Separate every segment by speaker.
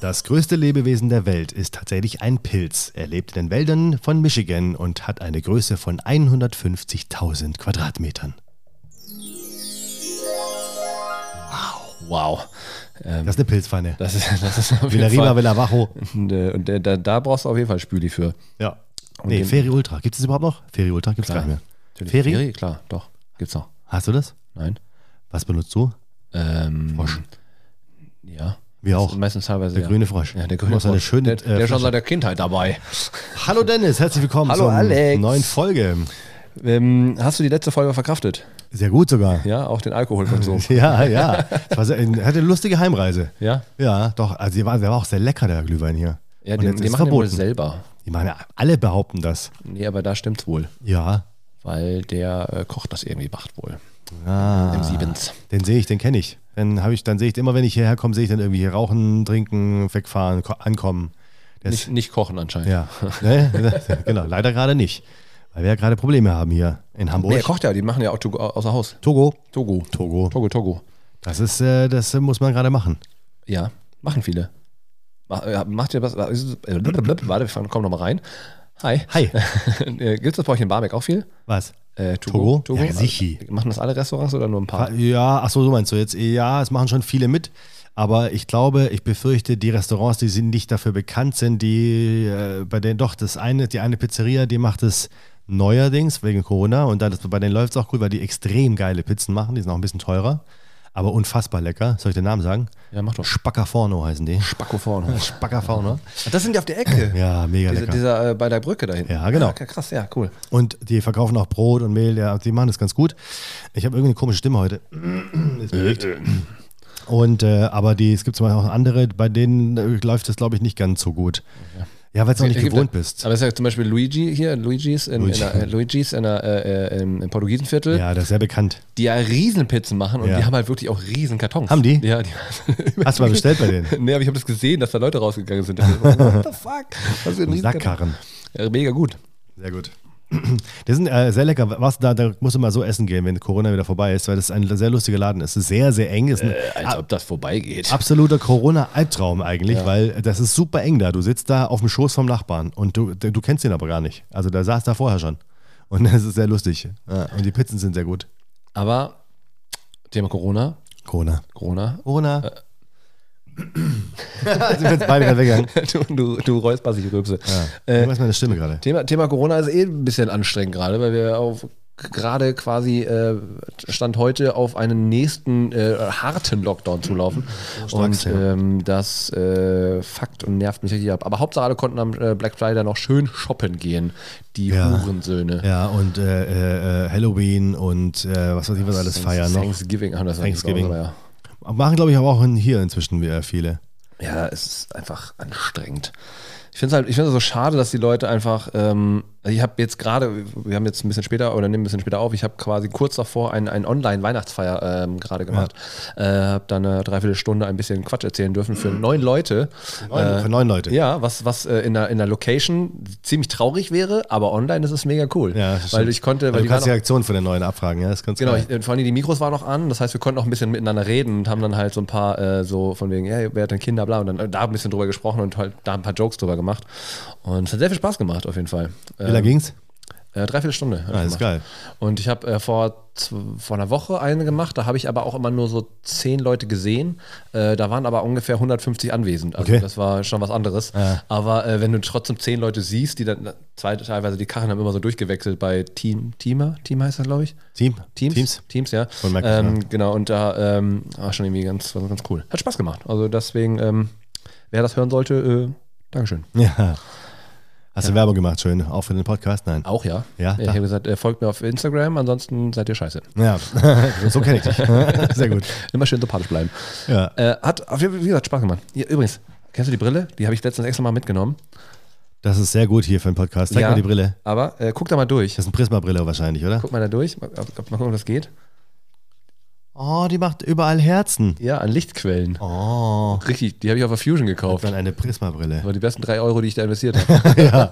Speaker 1: Das größte Lebewesen der Welt ist tatsächlich ein Pilz. Er lebt in den Wäldern von Michigan und hat eine Größe von 150.000 Quadratmetern.
Speaker 2: Wow. Ähm,
Speaker 1: Das ist eine Pilzpfanne.
Speaker 2: das ist, das ist auf jeden
Speaker 1: Villarima
Speaker 2: Fall.
Speaker 1: Villabajo.
Speaker 2: Und, äh, und der, da, da brauchst du auf jeden Fall Spüli für.
Speaker 1: Ja.
Speaker 2: Und
Speaker 1: Nee,
Speaker 2: den-
Speaker 1: Feri Ultra. Gibt es das überhaupt noch? Feri Ultra gibt es gar
Speaker 2: Klar.
Speaker 1: nicht mehr.
Speaker 2: Natürlich.
Speaker 1: Feri?
Speaker 2: Klar, doch. Gibt's noch.
Speaker 1: Hast du das?
Speaker 2: Nein.
Speaker 1: Was benutzt du?
Speaker 2: Ähm, Ja.
Speaker 1: Wir auch.
Speaker 2: Meistens teilweise.
Speaker 1: Der
Speaker 2: ja.
Speaker 1: grüne Frosch.
Speaker 2: Ja, der grüne
Speaker 1: Noch so eine
Speaker 2: Frosch.
Speaker 1: schöne,
Speaker 2: der,
Speaker 1: äh,
Speaker 2: der ist schon
Speaker 1: Flasche.
Speaker 2: seit der Kindheit dabei.
Speaker 1: Hallo Dennis, herzlich willkommen
Speaker 2: Hallo
Speaker 1: zur
Speaker 2: Alex.
Speaker 1: neuen Folge.
Speaker 2: Ähm, hast du die letzte Folge verkraftet?
Speaker 1: Sehr gut sogar.
Speaker 2: Ja, auch den Alkoholkonsum.
Speaker 1: Ja, ja. Es war sehr, hatte eine lustige Heimreise.
Speaker 2: ja?
Speaker 1: Ja, doch. Also, der war, der war auch sehr lecker, der Glühwein hier.
Speaker 2: Ja,
Speaker 1: Und
Speaker 2: den,
Speaker 1: jetzt
Speaker 2: den
Speaker 1: ist
Speaker 2: machen wir wohl
Speaker 1: verboten.
Speaker 2: selber.
Speaker 1: Die machen ja, alle behaupten das.
Speaker 2: Nee, aber da stimmt's wohl.
Speaker 1: Ja.
Speaker 2: Weil der äh, Koch das irgendwie macht wohl.
Speaker 1: Ah,
Speaker 2: Im Siebens.
Speaker 1: den sehe ich, den kenne ich. Dann habe ich, dann sehe ich immer, wenn ich hierher komme, sehe ich dann irgendwie hier rauchen, trinken, wegfahren, ko- ankommen. Der ist-
Speaker 2: Nicht, nicht kochen anscheinend.
Speaker 1: Ja, ne? genau. Leider gerade nicht, weil wir ja gerade Probleme haben hier in Hamburg.
Speaker 2: Nee, er kocht ja, die machen ja auch Togo, außer Haus.
Speaker 1: Togo.
Speaker 2: Togo.
Speaker 1: Togo.
Speaker 2: Togo, Togo.
Speaker 1: Das ist, äh, das muss man gerade machen.
Speaker 2: Ja, machen viele. Mach, äh, macht ihr was? äh, blablabla, Warte, wir fangen- kommen nochmal rein. Hi.
Speaker 1: Hi.
Speaker 2: Äh, Gibt's das bei euch in Barmbek auch viel?
Speaker 1: Was?
Speaker 2: Äh,
Speaker 1: Togo?
Speaker 2: Togo?
Speaker 1: Ja, sichi.
Speaker 2: Äh, Machen das alle Restaurants oder nur ein paar?
Speaker 1: Ah, Ja, ach so, so meinst du jetzt. Ja, es machen schon viele mit. Aber ich glaube, ich befürchte, die Restaurants, die sind nicht dafür bekannt sind, die äh, bei denen doch das eine, die eine Pizzeria, die macht es neuerdings wegen Corona und dann, bei denen läuft es auch cool, weil die extrem geile Pizzen machen, die sind auch ein bisschen teurer, aber unfassbar lecker. Soll ich den Namen sagen?
Speaker 2: Ja, mach doch.
Speaker 1: Spaccaforno heißen die.
Speaker 2: Spacko vorne.
Speaker 1: Spaccaforno.
Speaker 2: Das sind die auf der Ecke.
Speaker 1: Ja, mega
Speaker 2: Dieser,
Speaker 1: lecker.
Speaker 2: dieser äh, bei der Brücke da hinten.
Speaker 1: Ja, genau.
Speaker 2: Ah, krass, ja, cool.
Speaker 1: Und die verkaufen auch Brot und Mehl, ja, also die machen das ganz gut. Ich habe irgendwie eine komische Stimme heute. Ist belegt. Und äh, aber die, es gibt zum Beispiel auch andere, bei denen äh, läuft das, glaube ich, nicht ganz so gut. Ja, weil du es noch nicht
Speaker 2: Es gibt
Speaker 1: gewohnt
Speaker 2: ja-
Speaker 1: bist.
Speaker 2: Äh, Aber es ist ja zum Beispiel Luigi hier, Luigi's in,
Speaker 1: Luigi.
Speaker 2: In der, äh, Luigi's in der, äh, äh, im, im Portugiesenviertel,
Speaker 1: Ja, das ist sehr bekannt.
Speaker 2: die ja Riesenpizzen machen und
Speaker 1: Ja.
Speaker 2: die haben halt wirklich auch Riesenkartons.
Speaker 1: Haben die?
Speaker 2: Ja, die
Speaker 1: Hast du mal bestellt bei denen?
Speaker 2: Nee, aber ich habe das gesehen, dass da Leute rausgegangen sind. What the fuck? Was für ein Riesenkarton.
Speaker 1: Sackkarren.
Speaker 2: Ja, mega gut.
Speaker 1: Sehr gut. Die sind äh, sehr lecker. Was, da, da musst du mal so essen gehen, wenn Corona wieder vorbei ist, weil das ein sehr lustiger Laden ist. Es ist sehr, sehr eng. Es ist ein
Speaker 2: Äh, Als ob das vorbeigeht.
Speaker 1: absoluter Corona-Albtraum eigentlich, weil das ist super eng da. Du sitzt da auf dem Schoß vom Nachbarn und du, du kennst ihn aber gar nicht. Also da saß da vorher schon. Und das ist sehr lustig. Ja, und die Pizzen sind sehr gut.
Speaker 2: Aber Thema Corona. Äh.
Speaker 1: Corona.
Speaker 2: Corona.
Speaker 1: Corona. sind wir jetzt beide gerade weggegangen.
Speaker 2: Du, du, du räusperst dich rübse. Äh,
Speaker 1: Du hast meine Stimme gerade.
Speaker 2: Thema, Thema Corona ist eh ein bisschen anstrengend gerade, weil wir auf gerade quasi äh, Stand heute auf einen nächsten äh, harten Lockdown zulaufen.
Speaker 1: stark's,
Speaker 2: und ähm, das äh, fuckt und nervt mich richtig ab. Aber Hauptsache alle konnten am äh, Black Friday noch schön shoppen gehen, die
Speaker 1: Ja.
Speaker 2: Hurensöhne.
Speaker 1: Ja, und äh, äh, Halloween und äh, was weiß ich, was alles feiern noch.
Speaker 2: Thanksgiving haben das
Speaker 1: Thanksgiving.
Speaker 2: Ja,
Speaker 1: Machen, glaube ich, aber auch in, hier inzwischen wieder viele.
Speaker 2: ja, es ist einfach anstrengend. Ich finde es halt, ich finde es so schade, dass die Leute einfach, ähm, also ich habe jetzt gerade, wir haben jetzt ein bisschen später oder nehmen ein bisschen später auf, ich habe quasi kurz davor ein, ein Online-Weihnachtsfeier ähm, gerade gemacht. Äh, habe dann eine Dreiviertelstunde ein bisschen Quatsch erzählen dürfen für neun Leute. Äh,
Speaker 1: Neun, für neun Leute.
Speaker 2: Ja, was, was äh, in, der, in der Location ziemlich traurig wäre, aber online ist es mega cool.
Speaker 1: Ja, Also
Speaker 2: weil ich konnte, weil
Speaker 1: du
Speaker 2: die
Speaker 1: kannst die
Speaker 2: waren
Speaker 1: Reaktion von den neuen abfragen, ja? Das kannst
Speaker 2: Genau, ich, äh, vor allem die Mikros waren noch an, das heißt, wir konnten auch ein bisschen miteinander reden und haben dann halt so ein paar äh, so von wegen, ja, wer hat denn Kinder, bla, und dann äh, da ein bisschen drüber gesprochen und halt da ein paar Jokes drüber gemacht. Und es hat sehr viel Spaß gemacht, auf jeden Fall.
Speaker 1: Wie lange
Speaker 2: Äh,
Speaker 1: ging's?
Speaker 2: äh, dreiviertel Stunde. hab ich
Speaker 1: Ah, ist
Speaker 2: gemacht.
Speaker 1: geil.
Speaker 2: Und ich habe äh, vor, zw- vor einer Woche eine gemacht, da habe ich aber auch immer nur so zehn Leute gesehen. Äh, da waren aber ungefähr 150 anwesend. Also
Speaker 1: Okay.
Speaker 2: das war schon was anderes.
Speaker 1: Ja.
Speaker 2: Aber äh, wenn du trotzdem zehn Leute siehst, die dann zwei, teilweise die Karren haben immer so durchgewechselt bei Team, Teamer, Team heißt das, glaube ich.
Speaker 1: Team?
Speaker 2: Teams?
Speaker 1: Teams?
Speaker 2: ja.
Speaker 1: Von Microsoft,
Speaker 2: ähm, Genau, und da ähm, war schon irgendwie ganz, war ganz cool. Hat Spaß gemacht. Also deswegen, ähm, wer das hören sollte, äh, Dankeschön.
Speaker 1: Ja. Hast du Werbung gemacht, schön. Auch für den Podcast? Nein.
Speaker 2: Auch ja.
Speaker 1: Ja,
Speaker 2: Ich
Speaker 1: da.
Speaker 2: habe gesagt, äh, folgt mir auf Instagram, ansonsten seid ihr scheiße.
Speaker 1: Ja, so kenne ich dich. Sehr gut.
Speaker 2: Immer schön sympathisch bleiben.
Speaker 1: Ja.
Speaker 2: Äh, hat, auf jeden Fall, wie gesagt, Spaß gemacht. Hier, übrigens, kennst du die Brille? Die habe ich letztens extra mal mitgenommen.
Speaker 1: Das ist sehr gut hier für einen Podcast. Zeig
Speaker 2: Ja.
Speaker 1: mal die Brille.
Speaker 2: Aber äh, guck da mal durch.
Speaker 1: Das ist eine Prisma-Brille wahrscheinlich, oder?
Speaker 2: Guck mal da durch. Mal, ob- ob- mal gucken, ob das geht.
Speaker 1: Oh, die macht überall Herzen.
Speaker 2: Ja, an Lichtquellen.
Speaker 1: Oh.
Speaker 2: Richtig, die habe ich auf der Fusion gekauft.
Speaker 1: Dann eine Prisma-Brille.
Speaker 2: Das waren die besten drei Euro, die ich da investiert habe.
Speaker 1: ja.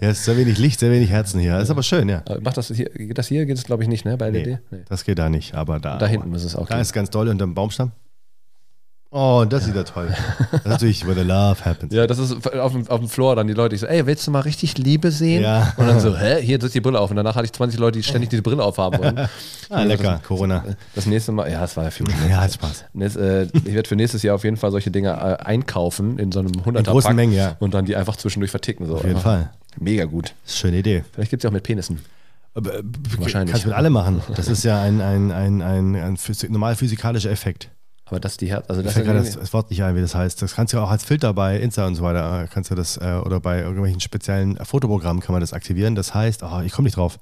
Speaker 1: ja, ist sehr wenig Licht, sehr wenig Herzen hier. Das ist aber schön, ja.
Speaker 2: Aber Äh, Macht das hier, geht das hier? Geht es, glaube ich, nicht, ne? Bei LED?
Speaker 1: Nee, das geht da nicht, aber da.
Speaker 2: Da hinten muss es auch
Speaker 1: Da
Speaker 2: gehen.
Speaker 1: ist ganz doll unterm Baumstamm. Oh, das sieht er toll. Das ist natürlich, where the love happens.
Speaker 2: Ja, das ist auf dem, auf dem Floor dann die Leute, ich so, ey, willst du mal richtig Liebe sehen?
Speaker 1: Ja.
Speaker 2: Und dann so, hä, hier setzt die Brille auf. Und danach hatte ich 20 Leute, die ständig diese Brille aufhaben wollen.
Speaker 1: Ah, lecker, Corona.
Speaker 2: Das nächste Mal, ja, es war ja viel.
Speaker 1: Ja, hat Spaß.
Speaker 2: Nächst, äh, ich werde für nächstes Jahr auf jeden Fall solche Dinge äh, einkaufen in so einem 100er Pack
Speaker 1: großen Mengen, ja.
Speaker 2: und dann die einfach zwischendurch verticken. So.
Speaker 1: Auf jeden Fall.
Speaker 2: Mega gut.
Speaker 1: Schöne Idee.
Speaker 2: Vielleicht gibt es ja auch mit Penissen.
Speaker 1: Aber, äh,
Speaker 2: Wahrscheinlich.
Speaker 1: Kannst du mit allem machen. Das ist ja ein, ein, ein, ein, ein physik- normal physikalischer Effekt.
Speaker 2: Aber das die Herz, also
Speaker 1: Ich
Speaker 2: das
Speaker 1: fällt gerade das,
Speaker 2: ist
Speaker 1: das Wort nicht ein, wie das heißt. Das kannst du ja auch als Filter bei Insta und so weiter, äh, kannst du das, äh, oder bei irgendwelchen speziellen Fotoprogrammen kann man das aktivieren. Das heißt, ah, ich komme nicht drauf.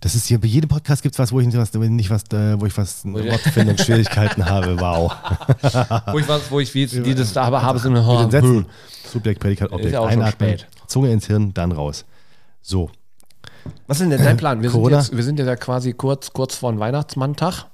Speaker 1: Das ist hier, bei jedem Podcast gibt es was, wo ich nicht was, nicht was, äh, wo ich was Wortfindungsschwierigkeiten habe. Wow.
Speaker 2: Ah, wo ich was, wo ich wie dieses da habe, habe es in den
Speaker 1: Mit den
Speaker 2: Horn.
Speaker 1: Sätzen. Subjekt, Prädikat, Objekt.
Speaker 2: ja auch schon
Speaker 1: Einatmen,
Speaker 2: spät.
Speaker 1: Zunge ins Hirn, dann raus. So.
Speaker 2: Was ist denn dein Plan? Wir
Speaker 1: Äh,
Speaker 2: sind,
Speaker 1: Corona?
Speaker 2: jetzt, wir sind jetzt ja quasi kurz, kurz vor dem Weihnachtsmanntag.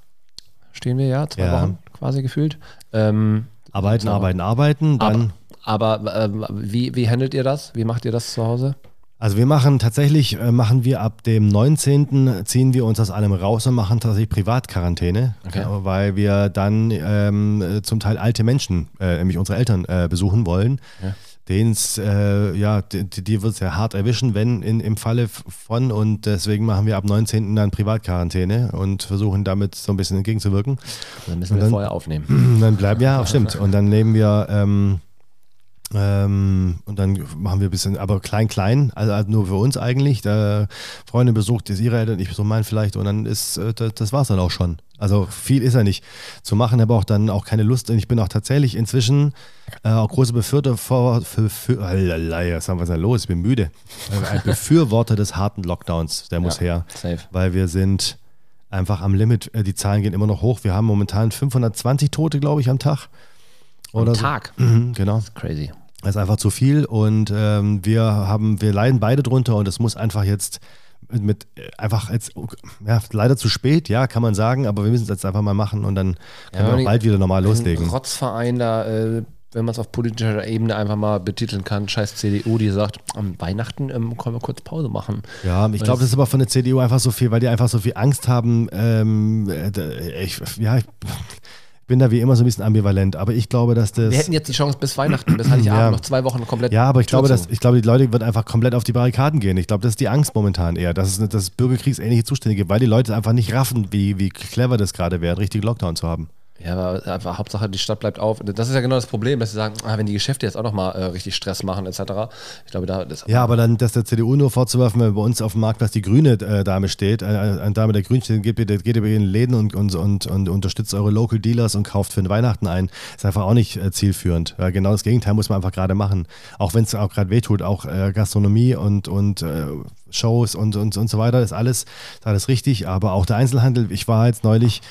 Speaker 2: Stehen wir ja, zwei
Speaker 1: Ja.
Speaker 2: Wochen quasi gefühlt. Ähm,
Speaker 1: Arbeiten, arbeiten, arbeiten, dann.
Speaker 2: aber ähm, wie, wie handelt ihr das? Wie macht ihr das zu Hause?
Speaker 1: Also wir machen tatsächlich, äh, machen wir ab dem 19. ziehen wir uns aus allem raus und machen tatsächlich Privatquarantäne,
Speaker 2: Okay.
Speaker 1: Ja, weil wir dann ähm, äh, zum Teil alte Menschen, äh, nämlich unsere Eltern, äh, besuchen wollen.
Speaker 2: Ja.
Speaker 1: Den's, äh, ja, die, die wird es ja hart erwischen, wenn in, im Falle f- von und deswegen machen wir ab 19. dann Privatquarantäne und versuchen damit so ein bisschen entgegenzuwirken.
Speaker 2: Dann müssen wir
Speaker 1: Dann-
Speaker 2: vorher aufnehmen.
Speaker 1: Dann bleiben, ja, stimmt. Und dann nehmen wir, ähm, ähm, und dann machen wir ein bisschen, aber klein, klein, also halt nur für uns eigentlich. Da Freundin besucht jetzt ihre Eltern, ich besuche meinen vielleicht und dann ist, äh, das, das war's dann auch schon. Also viel ist ja nicht zu machen, habe auch dann auch keine Lust. Und ich bin auch tatsächlich inzwischen äh, auch große Befürworter, vor, für, für, Allerlei, was haben wir denn los? Ich bin müde. Äh, Ein Befürworter des harten Lockdowns, der muss
Speaker 2: Ja.
Speaker 1: her
Speaker 2: Safe.
Speaker 1: weil wir sind einfach am Limit. Äh, Die Zahlen gehen immer noch hoch. Wir haben momentan 520 Tote, glaube ich, am Tag. Oder
Speaker 2: Am
Speaker 1: so.
Speaker 2: Tag.
Speaker 1: Mhm, genau.
Speaker 2: Crazy.
Speaker 1: Das ist einfach zu viel und ähm, wir haben, wir leiden beide drunter und es muss einfach jetzt mit, mit äh, einfach jetzt ja, leider zu spät, ja, kann man sagen, aber wir müssen es jetzt einfach mal machen und dann können
Speaker 2: aber
Speaker 1: wir
Speaker 2: die-
Speaker 1: auch bald wieder normal
Speaker 2: Ein
Speaker 1: loslegen.
Speaker 2: Rotzverein da, äh, wenn man es auf politischer Ebene einfach mal betiteln kann, scheiß CDU, die sagt, am Weihnachten ähm, können wir kurz Pause machen.
Speaker 1: Ja, ich glaube, das ist aber von der CDU einfach so viel, weil die einfach so viel Angst haben. Ähm, äh, d- ich, ja, ich bin da wie immer so ein bisschen ambivalent, aber ich glaube, dass das.
Speaker 2: Wir hätten jetzt die Chance bis Weihnachten, bis Heiligabend
Speaker 1: Ja.
Speaker 2: noch zwei Wochen komplett.
Speaker 1: Ja, aber ich
Speaker 2: Tür
Speaker 1: glaube,
Speaker 2: zu.
Speaker 1: dass, ich glaube, die Leute werden einfach komplett auf die Barrikaden gehen. Ich glaube, das ist die Angst momentan eher, dass es, dass es bürgerkriegsähnliche Zustände gibt, weil die Leute einfach nicht raffen, wie, wie clever das gerade wäre, einen richtigen Lockdown zu haben.
Speaker 2: Ja, aber einfach, Hauptsache die Stadt bleibt auf. Das ist ja genau das Problem, dass sie sagen, ah, wenn die Geschäfte jetzt auch nochmal äh, richtig Stress machen, etc. Ich glaube, da das
Speaker 1: Ja, aber dann, dass der CDU nur vorzuwerfen, wenn bei uns auf dem Markt, was die grüne äh, Dame steht, äh, eine Dame der Grünen steht, geht, geht, geht über ihren Läden und, und, und, und unterstützt eure Local Dealers und kauft für den Weihnachten ein, ist einfach auch nicht äh, zielführend. Weil genau das Gegenteil muss man einfach gerade machen. Auch wenn es auch gerade wehtut, auch äh, Gastronomie und, und äh, Shows und, und, und so weiter, ist alles, ist alles richtig. Aber auch der Einzelhandel, ich war jetzt neulich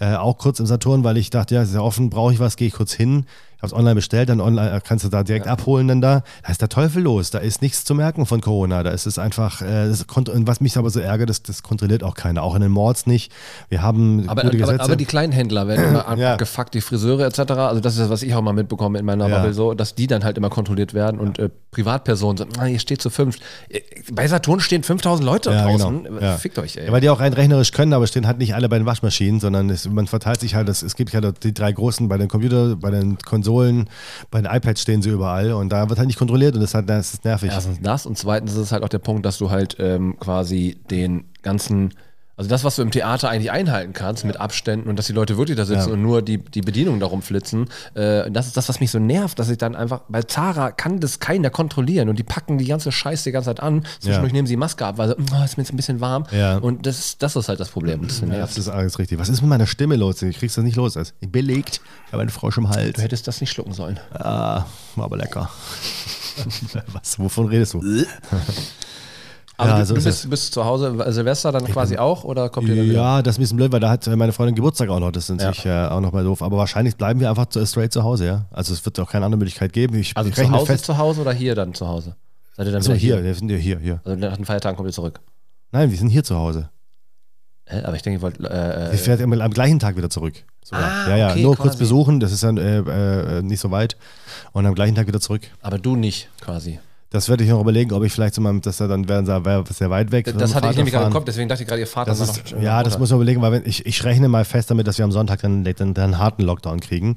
Speaker 1: äh, auch kurz im Saturn, weil ich dachte, ja, es ist ja offen, brauche ich was, gehe ich kurz hin. Ich habe es online bestellt, dann online äh, kannst du da direkt abholen dann da. Da ist der Teufel los, da ist nichts zu merken von Corona. Da ist es einfach, äh, das kont- und was mich aber so ärgert, das, das kontrolliert auch keiner, auch in den Malls nicht. Wir haben
Speaker 2: Aber,
Speaker 1: gute
Speaker 2: aber,
Speaker 1: Gesetze.
Speaker 2: aber die Kleinhändler werden immer
Speaker 1: Ja.
Speaker 2: abgefuckt, die Friseure etc. Also das ist das, was ich auch mal mitbekomme in meiner
Speaker 1: Ja.
Speaker 2: Bubble, so, dass die dann halt immer kontrolliert werden und äh, Privatpersonen sind, ah, hier steht zu fünf. Äh, Bei Saturn stehen 5000 Leute
Speaker 1: ja,
Speaker 2: draußen.
Speaker 1: genau.
Speaker 2: Äh,
Speaker 1: ja.
Speaker 2: Fickt euch, ey.
Speaker 1: Ja, weil die auch rein rechnerisch können, aber stehen halt nicht alle bei den Waschmaschinen, sondern es, man verteilt sich halt, es, es gibt ja die drei großen bei den Computern, bei den Konsolen, bei den iPads stehen sie überall und da wird halt nicht kontrolliert und das, ist halt, das ist nervig.
Speaker 2: Erstens das und zweitens ist es halt auch der Punkt, dass du halt ähm, quasi den ganzen, also das, was du im Theater eigentlich einhalten kannst mit Abständen und dass die Leute wirklich da sitzen und nur die, die Bedienung darum flitzen, äh, das ist das, was mich so nervt, dass ich dann einfach, bei Zara kann das keiner kontrollieren und die packen die ganze Scheiße die ganze Zeit an, zwischendurch
Speaker 1: Ja.
Speaker 2: nehmen sie die Maske ab, weil sie, "Mm, ist mir jetzt ein bisschen warm
Speaker 1: Ja.
Speaker 2: und das ist, das ist halt das Problem, das
Speaker 1: Ja,
Speaker 2: nervt.
Speaker 1: das ist alles richtig. Was ist mit meiner Stimme los? Ich krieg's das nicht los. Also, ich bin belegt. Ich habe einen Frosch im
Speaker 2: Du
Speaker 1: Hals.
Speaker 2: hättest das nicht schlucken sollen.
Speaker 1: Ah,
Speaker 2: Äh,
Speaker 1: war aber lecker. Was, wovon redest du?
Speaker 2: Äh. Aber
Speaker 1: Ja,
Speaker 2: du,
Speaker 1: so
Speaker 2: du
Speaker 1: ist
Speaker 2: bist, bist zu Hause, äh, Silvester dann quasi auch oder kommt ihr dann wieder?
Speaker 1: Ja, das ist ein bisschen blöd, weil da hat äh, meine Freundin Geburtstag auch noch. Das ist natürlich äh, auch nochmal doof. Aber wahrscheinlich bleiben wir einfach zu, straight zu Hause, ja. Also es wird auch keine andere Möglichkeit geben. Ich,
Speaker 2: Also
Speaker 1: ich
Speaker 2: zu Hause, zu Hause oder hier dann zu Hause? Seid ihr dann
Speaker 1: So,
Speaker 2: wieder
Speaker 1: hier, wir sind ja hier, hier.
Speaker 2: Also nach den Feiertagen kommt ihr zurück.
Speaker 1: Nein, wir sind hier zu Hause.
Speaker 2: Hä? Aber ich denke, ihr wollt. Äh,
Speaker 1: Wir
Speaker 2: äh,
Speaker 1: fährt immer am gleichen Tag wieder zurück. Sogar.
Speaker 2: Ah,
Speaker 1: ja, ja,
Speaker 2: okay,
Speaker 1: nur
Speaker 2: quasi.
Speaker 1: kurz besuchen, das ist dann äh, äh, nicht so weit. Und am gleichen Tag wieder zurück.
Speaker 2: aber du nicht, quasi.
Speaker 1: Das werde ich noch überlegen, ob ich vielleicht zu meinem, dass er dann werden sie wäre sehr weit weg.
Speaker 2: Das
Speaker 1: mit
Speaker 2: hatte ich
Speaker 1: Vater
Speaker 2: nämlich gerade im
Speaker 1: fahren.
Speaker 2: Kopf, deswegen dachte ich gerade, ihr fahrt
Speaker 1: Das
Speaker 2: dann
Speaker 1: ist,
Speaker 2: noch-
Speaker 1: ja, das muss man überlegen, weil wenn, ich, ich rechne mal fest damit, dass wir am Sonntag dann, dann, dann einen harten Lockdown kriegen.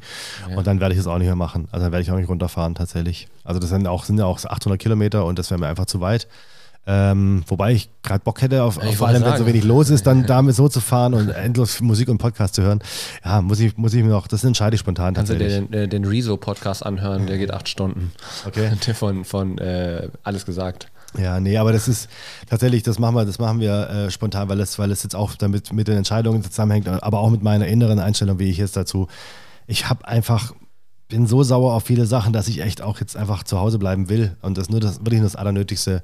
Speaker 1: Und dann werde ich das auch nicht mehr machen. Also dann werde ich auch nicht runterfahren tatsächlich. Also das sind, auch, sind ja auch 800 Kilometer und das wäre mir einfach zu weit. Ähm, wobei ich gerade Bock hätte, auf,
Speaker 2: ich
Speaker 1: auf vor
Speaker 2: wollte
Speaker 1: allem, wenn so
Speaker 2: sagen.
Speaker 1: wenig los ist, dann damit so zu fahren und endlos Musik und Podcast zu hören. Ja, muss ich, muss ich mir noch, das entscheide ich spontan
Speaker 2: Kannst du dir
Speaker 1: tatsächlich.
Speaker 2: den, äh, den Rezo-Podcast anhören, der geht acht Stunden.
Speaker 1: Okay.
Speaker 2: Der von, von äh, Alles gesagt.
Speaker 1: Ja, nee, aber das ist tatsächlich, das machen wir, das machen wir äh, spontan, weil es, weil es jetzt auch damit mit den Entscheidungen zusammenhängt, aber auch mit meiner inneren Einstellung, wie ich jetzt dazu. Ich habe einfach, bin so sauer auf viele Sachen, dass ich echt auch jetzt einfach zu Hause bleiben will und das nur das wirklich nur das Allernötigste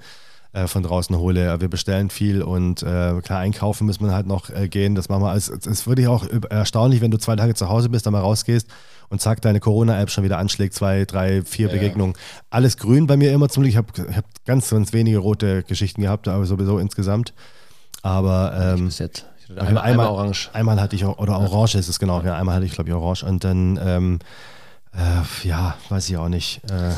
Speaker 1: äh, von draußen hole. Wir bestellen viel und äh, klar einkaufen müssen wir halt noch äh, gehen. Das machen wir. alles. Es ist wirklich auch üb- erstaunlich, wenn du zwei Tage zu Hause bist, dann mal rausgehst und zack, deine Corona-App schon wieder anschlägt. Zwei, drei, vier Begegnungen. Alles grün bei mir immer zum Glück. Ich habe ich hab ganz, ganz wenige rote Geschichten gehabt, aber sowieso insgesamt. Aber ähm,
Speaker 2: Bis jetzt. Ich
Speaker 1: ich
Speaker 2: hatte
Speaker 1: hab
Speaker 2: Einmal, einmal orange.
Speaker 1: Einmal hatte ich auch, oder orange ist es genau. Ja, einmal hatte ich, glaube ich, orange. Und dann, ähm, äh, ja, weiß ich auch nicht. Äh,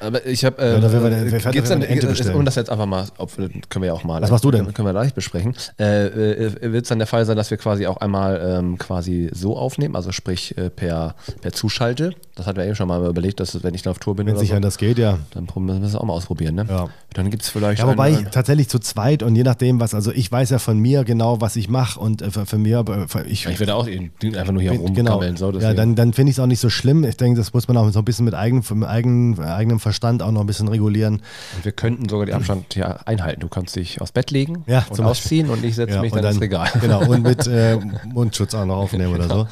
Speaker 2: Aber ich habe.
Speaker 1: Ja, da will man- wer fährt- wer
Speaker 2: gibt's
Speaker 1: will
Speaker 2: denn,
Speaker 1: man eine Ente bestellen?
Speaker 2: um das jetzt einfach mal, ob, können wir ja auch mal.
Speaker 1: Was machst du denn?
Speaker 2: Können wir gleich besprechen. Äh, äh, Wird es dann der Fall sein, dass wir quasi auch einmal ähm, quasi so aufnehmen, also sprich äh, per, per Zuschalte? Das hatten wir eben schon mal überlegt, dass wenn ich dann auf Tour bin
Speaker 1: wenn
Speaker 2: oder
Speaker 1: sich
Speaker 2: so,
Speaker 1: an das geht, ja.
Speaker 2: dann prob- müssen wir das auch mal ausprobieren, ne?
Speaker 1: Ja.
Speaker 2: Dann gibt es vielleicht.
Speaker 1: Ja, wobei ich
Speaker 2: einen-
Speaker 1: tatsächlich zu zweit und je nachdem, was, also ich weiß ja von mir genau, was ich mache und äh, für, für mir, äh, für, ich,
Speaker 2: Ja, ich werde auch eben einfach nur hier
Speaker 1: bin- genau.
Speaker 2: rumkammeln. So,
Speaker 1: ja,
Speaker 2: deswegen.
Speaker 1: dann, dann finde ich es auch nicht so schlimm. Ich denke, das muss man auch so ein bisschen mit eigen, mit eigen, eigenem Verstand auch noch ein bisschen regulieren.
Speaker 2: Und wir könnten sogar den Abstand ja einhalten. Du kannst dich aufs Bett legen
Speaker 1: Ja,
Speaker 2: und
Speaker 1: zum Beispiel.
Speaker 2: ausziehen und ich setze
Speaker 1: Ja,
Speaker 2: mich
Speaker 1: und
Speaker 2: dann, ins Regal. Genau.
Speaker 1: Genau, und mit äh, Mundschutz auch noch aufnehmen oder so.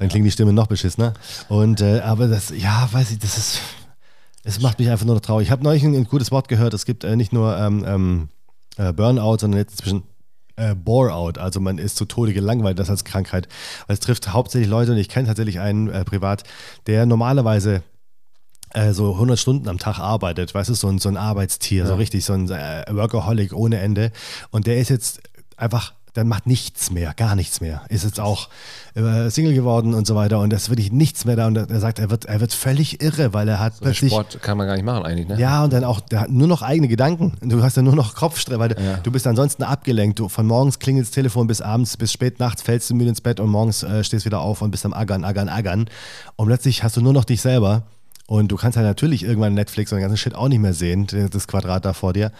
Speaker 1: Dann klingt die Stimme noch beschissener. Und, äh, aber das, ja, weiß ich, das ist, es macht mich einfach nur noch traurig. Ich habe neulich ein, ein gutes Wort gehört. Es gibt äh, nicht nur ähm, ähm, äh, Burnout, sondern jetzt zwischen äh, Boreout. Also man ist zu Tode gelangweilt, das als Krankheit. Weil es trifft hauptsächlich Leute, und ich kenne tatsächlich einen äh, privat, der normalerweise äh, so 100 Stunden am Tag arbeitet, weißt du, so ein, so ein Arbeitstier, so richtig, so ein äh, Workaholic ohne Ende. Und der ist jetzt einfach, der macht nichts mehr, gar nichts mehr. Ist jetzt auch äh, Single geworden und so weiter und das wirklich nichts mehr da. Und er sagt, er wird, er wird völlig irre, weil er hat plötzlich.
Speaker 2: Sport kann man gar nicht machen eigentlich, ne?
Speaker 1: Ja, und dann auch der hat nur noch eigene Gedanken. Du hast ja nur noch Kopfstress, weil du- du bist ansonsten abgelenkt. Du, von morgens klingelt das Telefon bis abends, bis spät nachts fällst du müde ins Bett und morgens äh, stehst wieder auf und bist am Aggern, Aggern, Aggern. Und plötzlich hast du nur noch dich selber. Und du kannst halt natürlich irgendwann Netflix und den ganzen Shit auch nicht mehr sehen, das Quadrat da vor dir.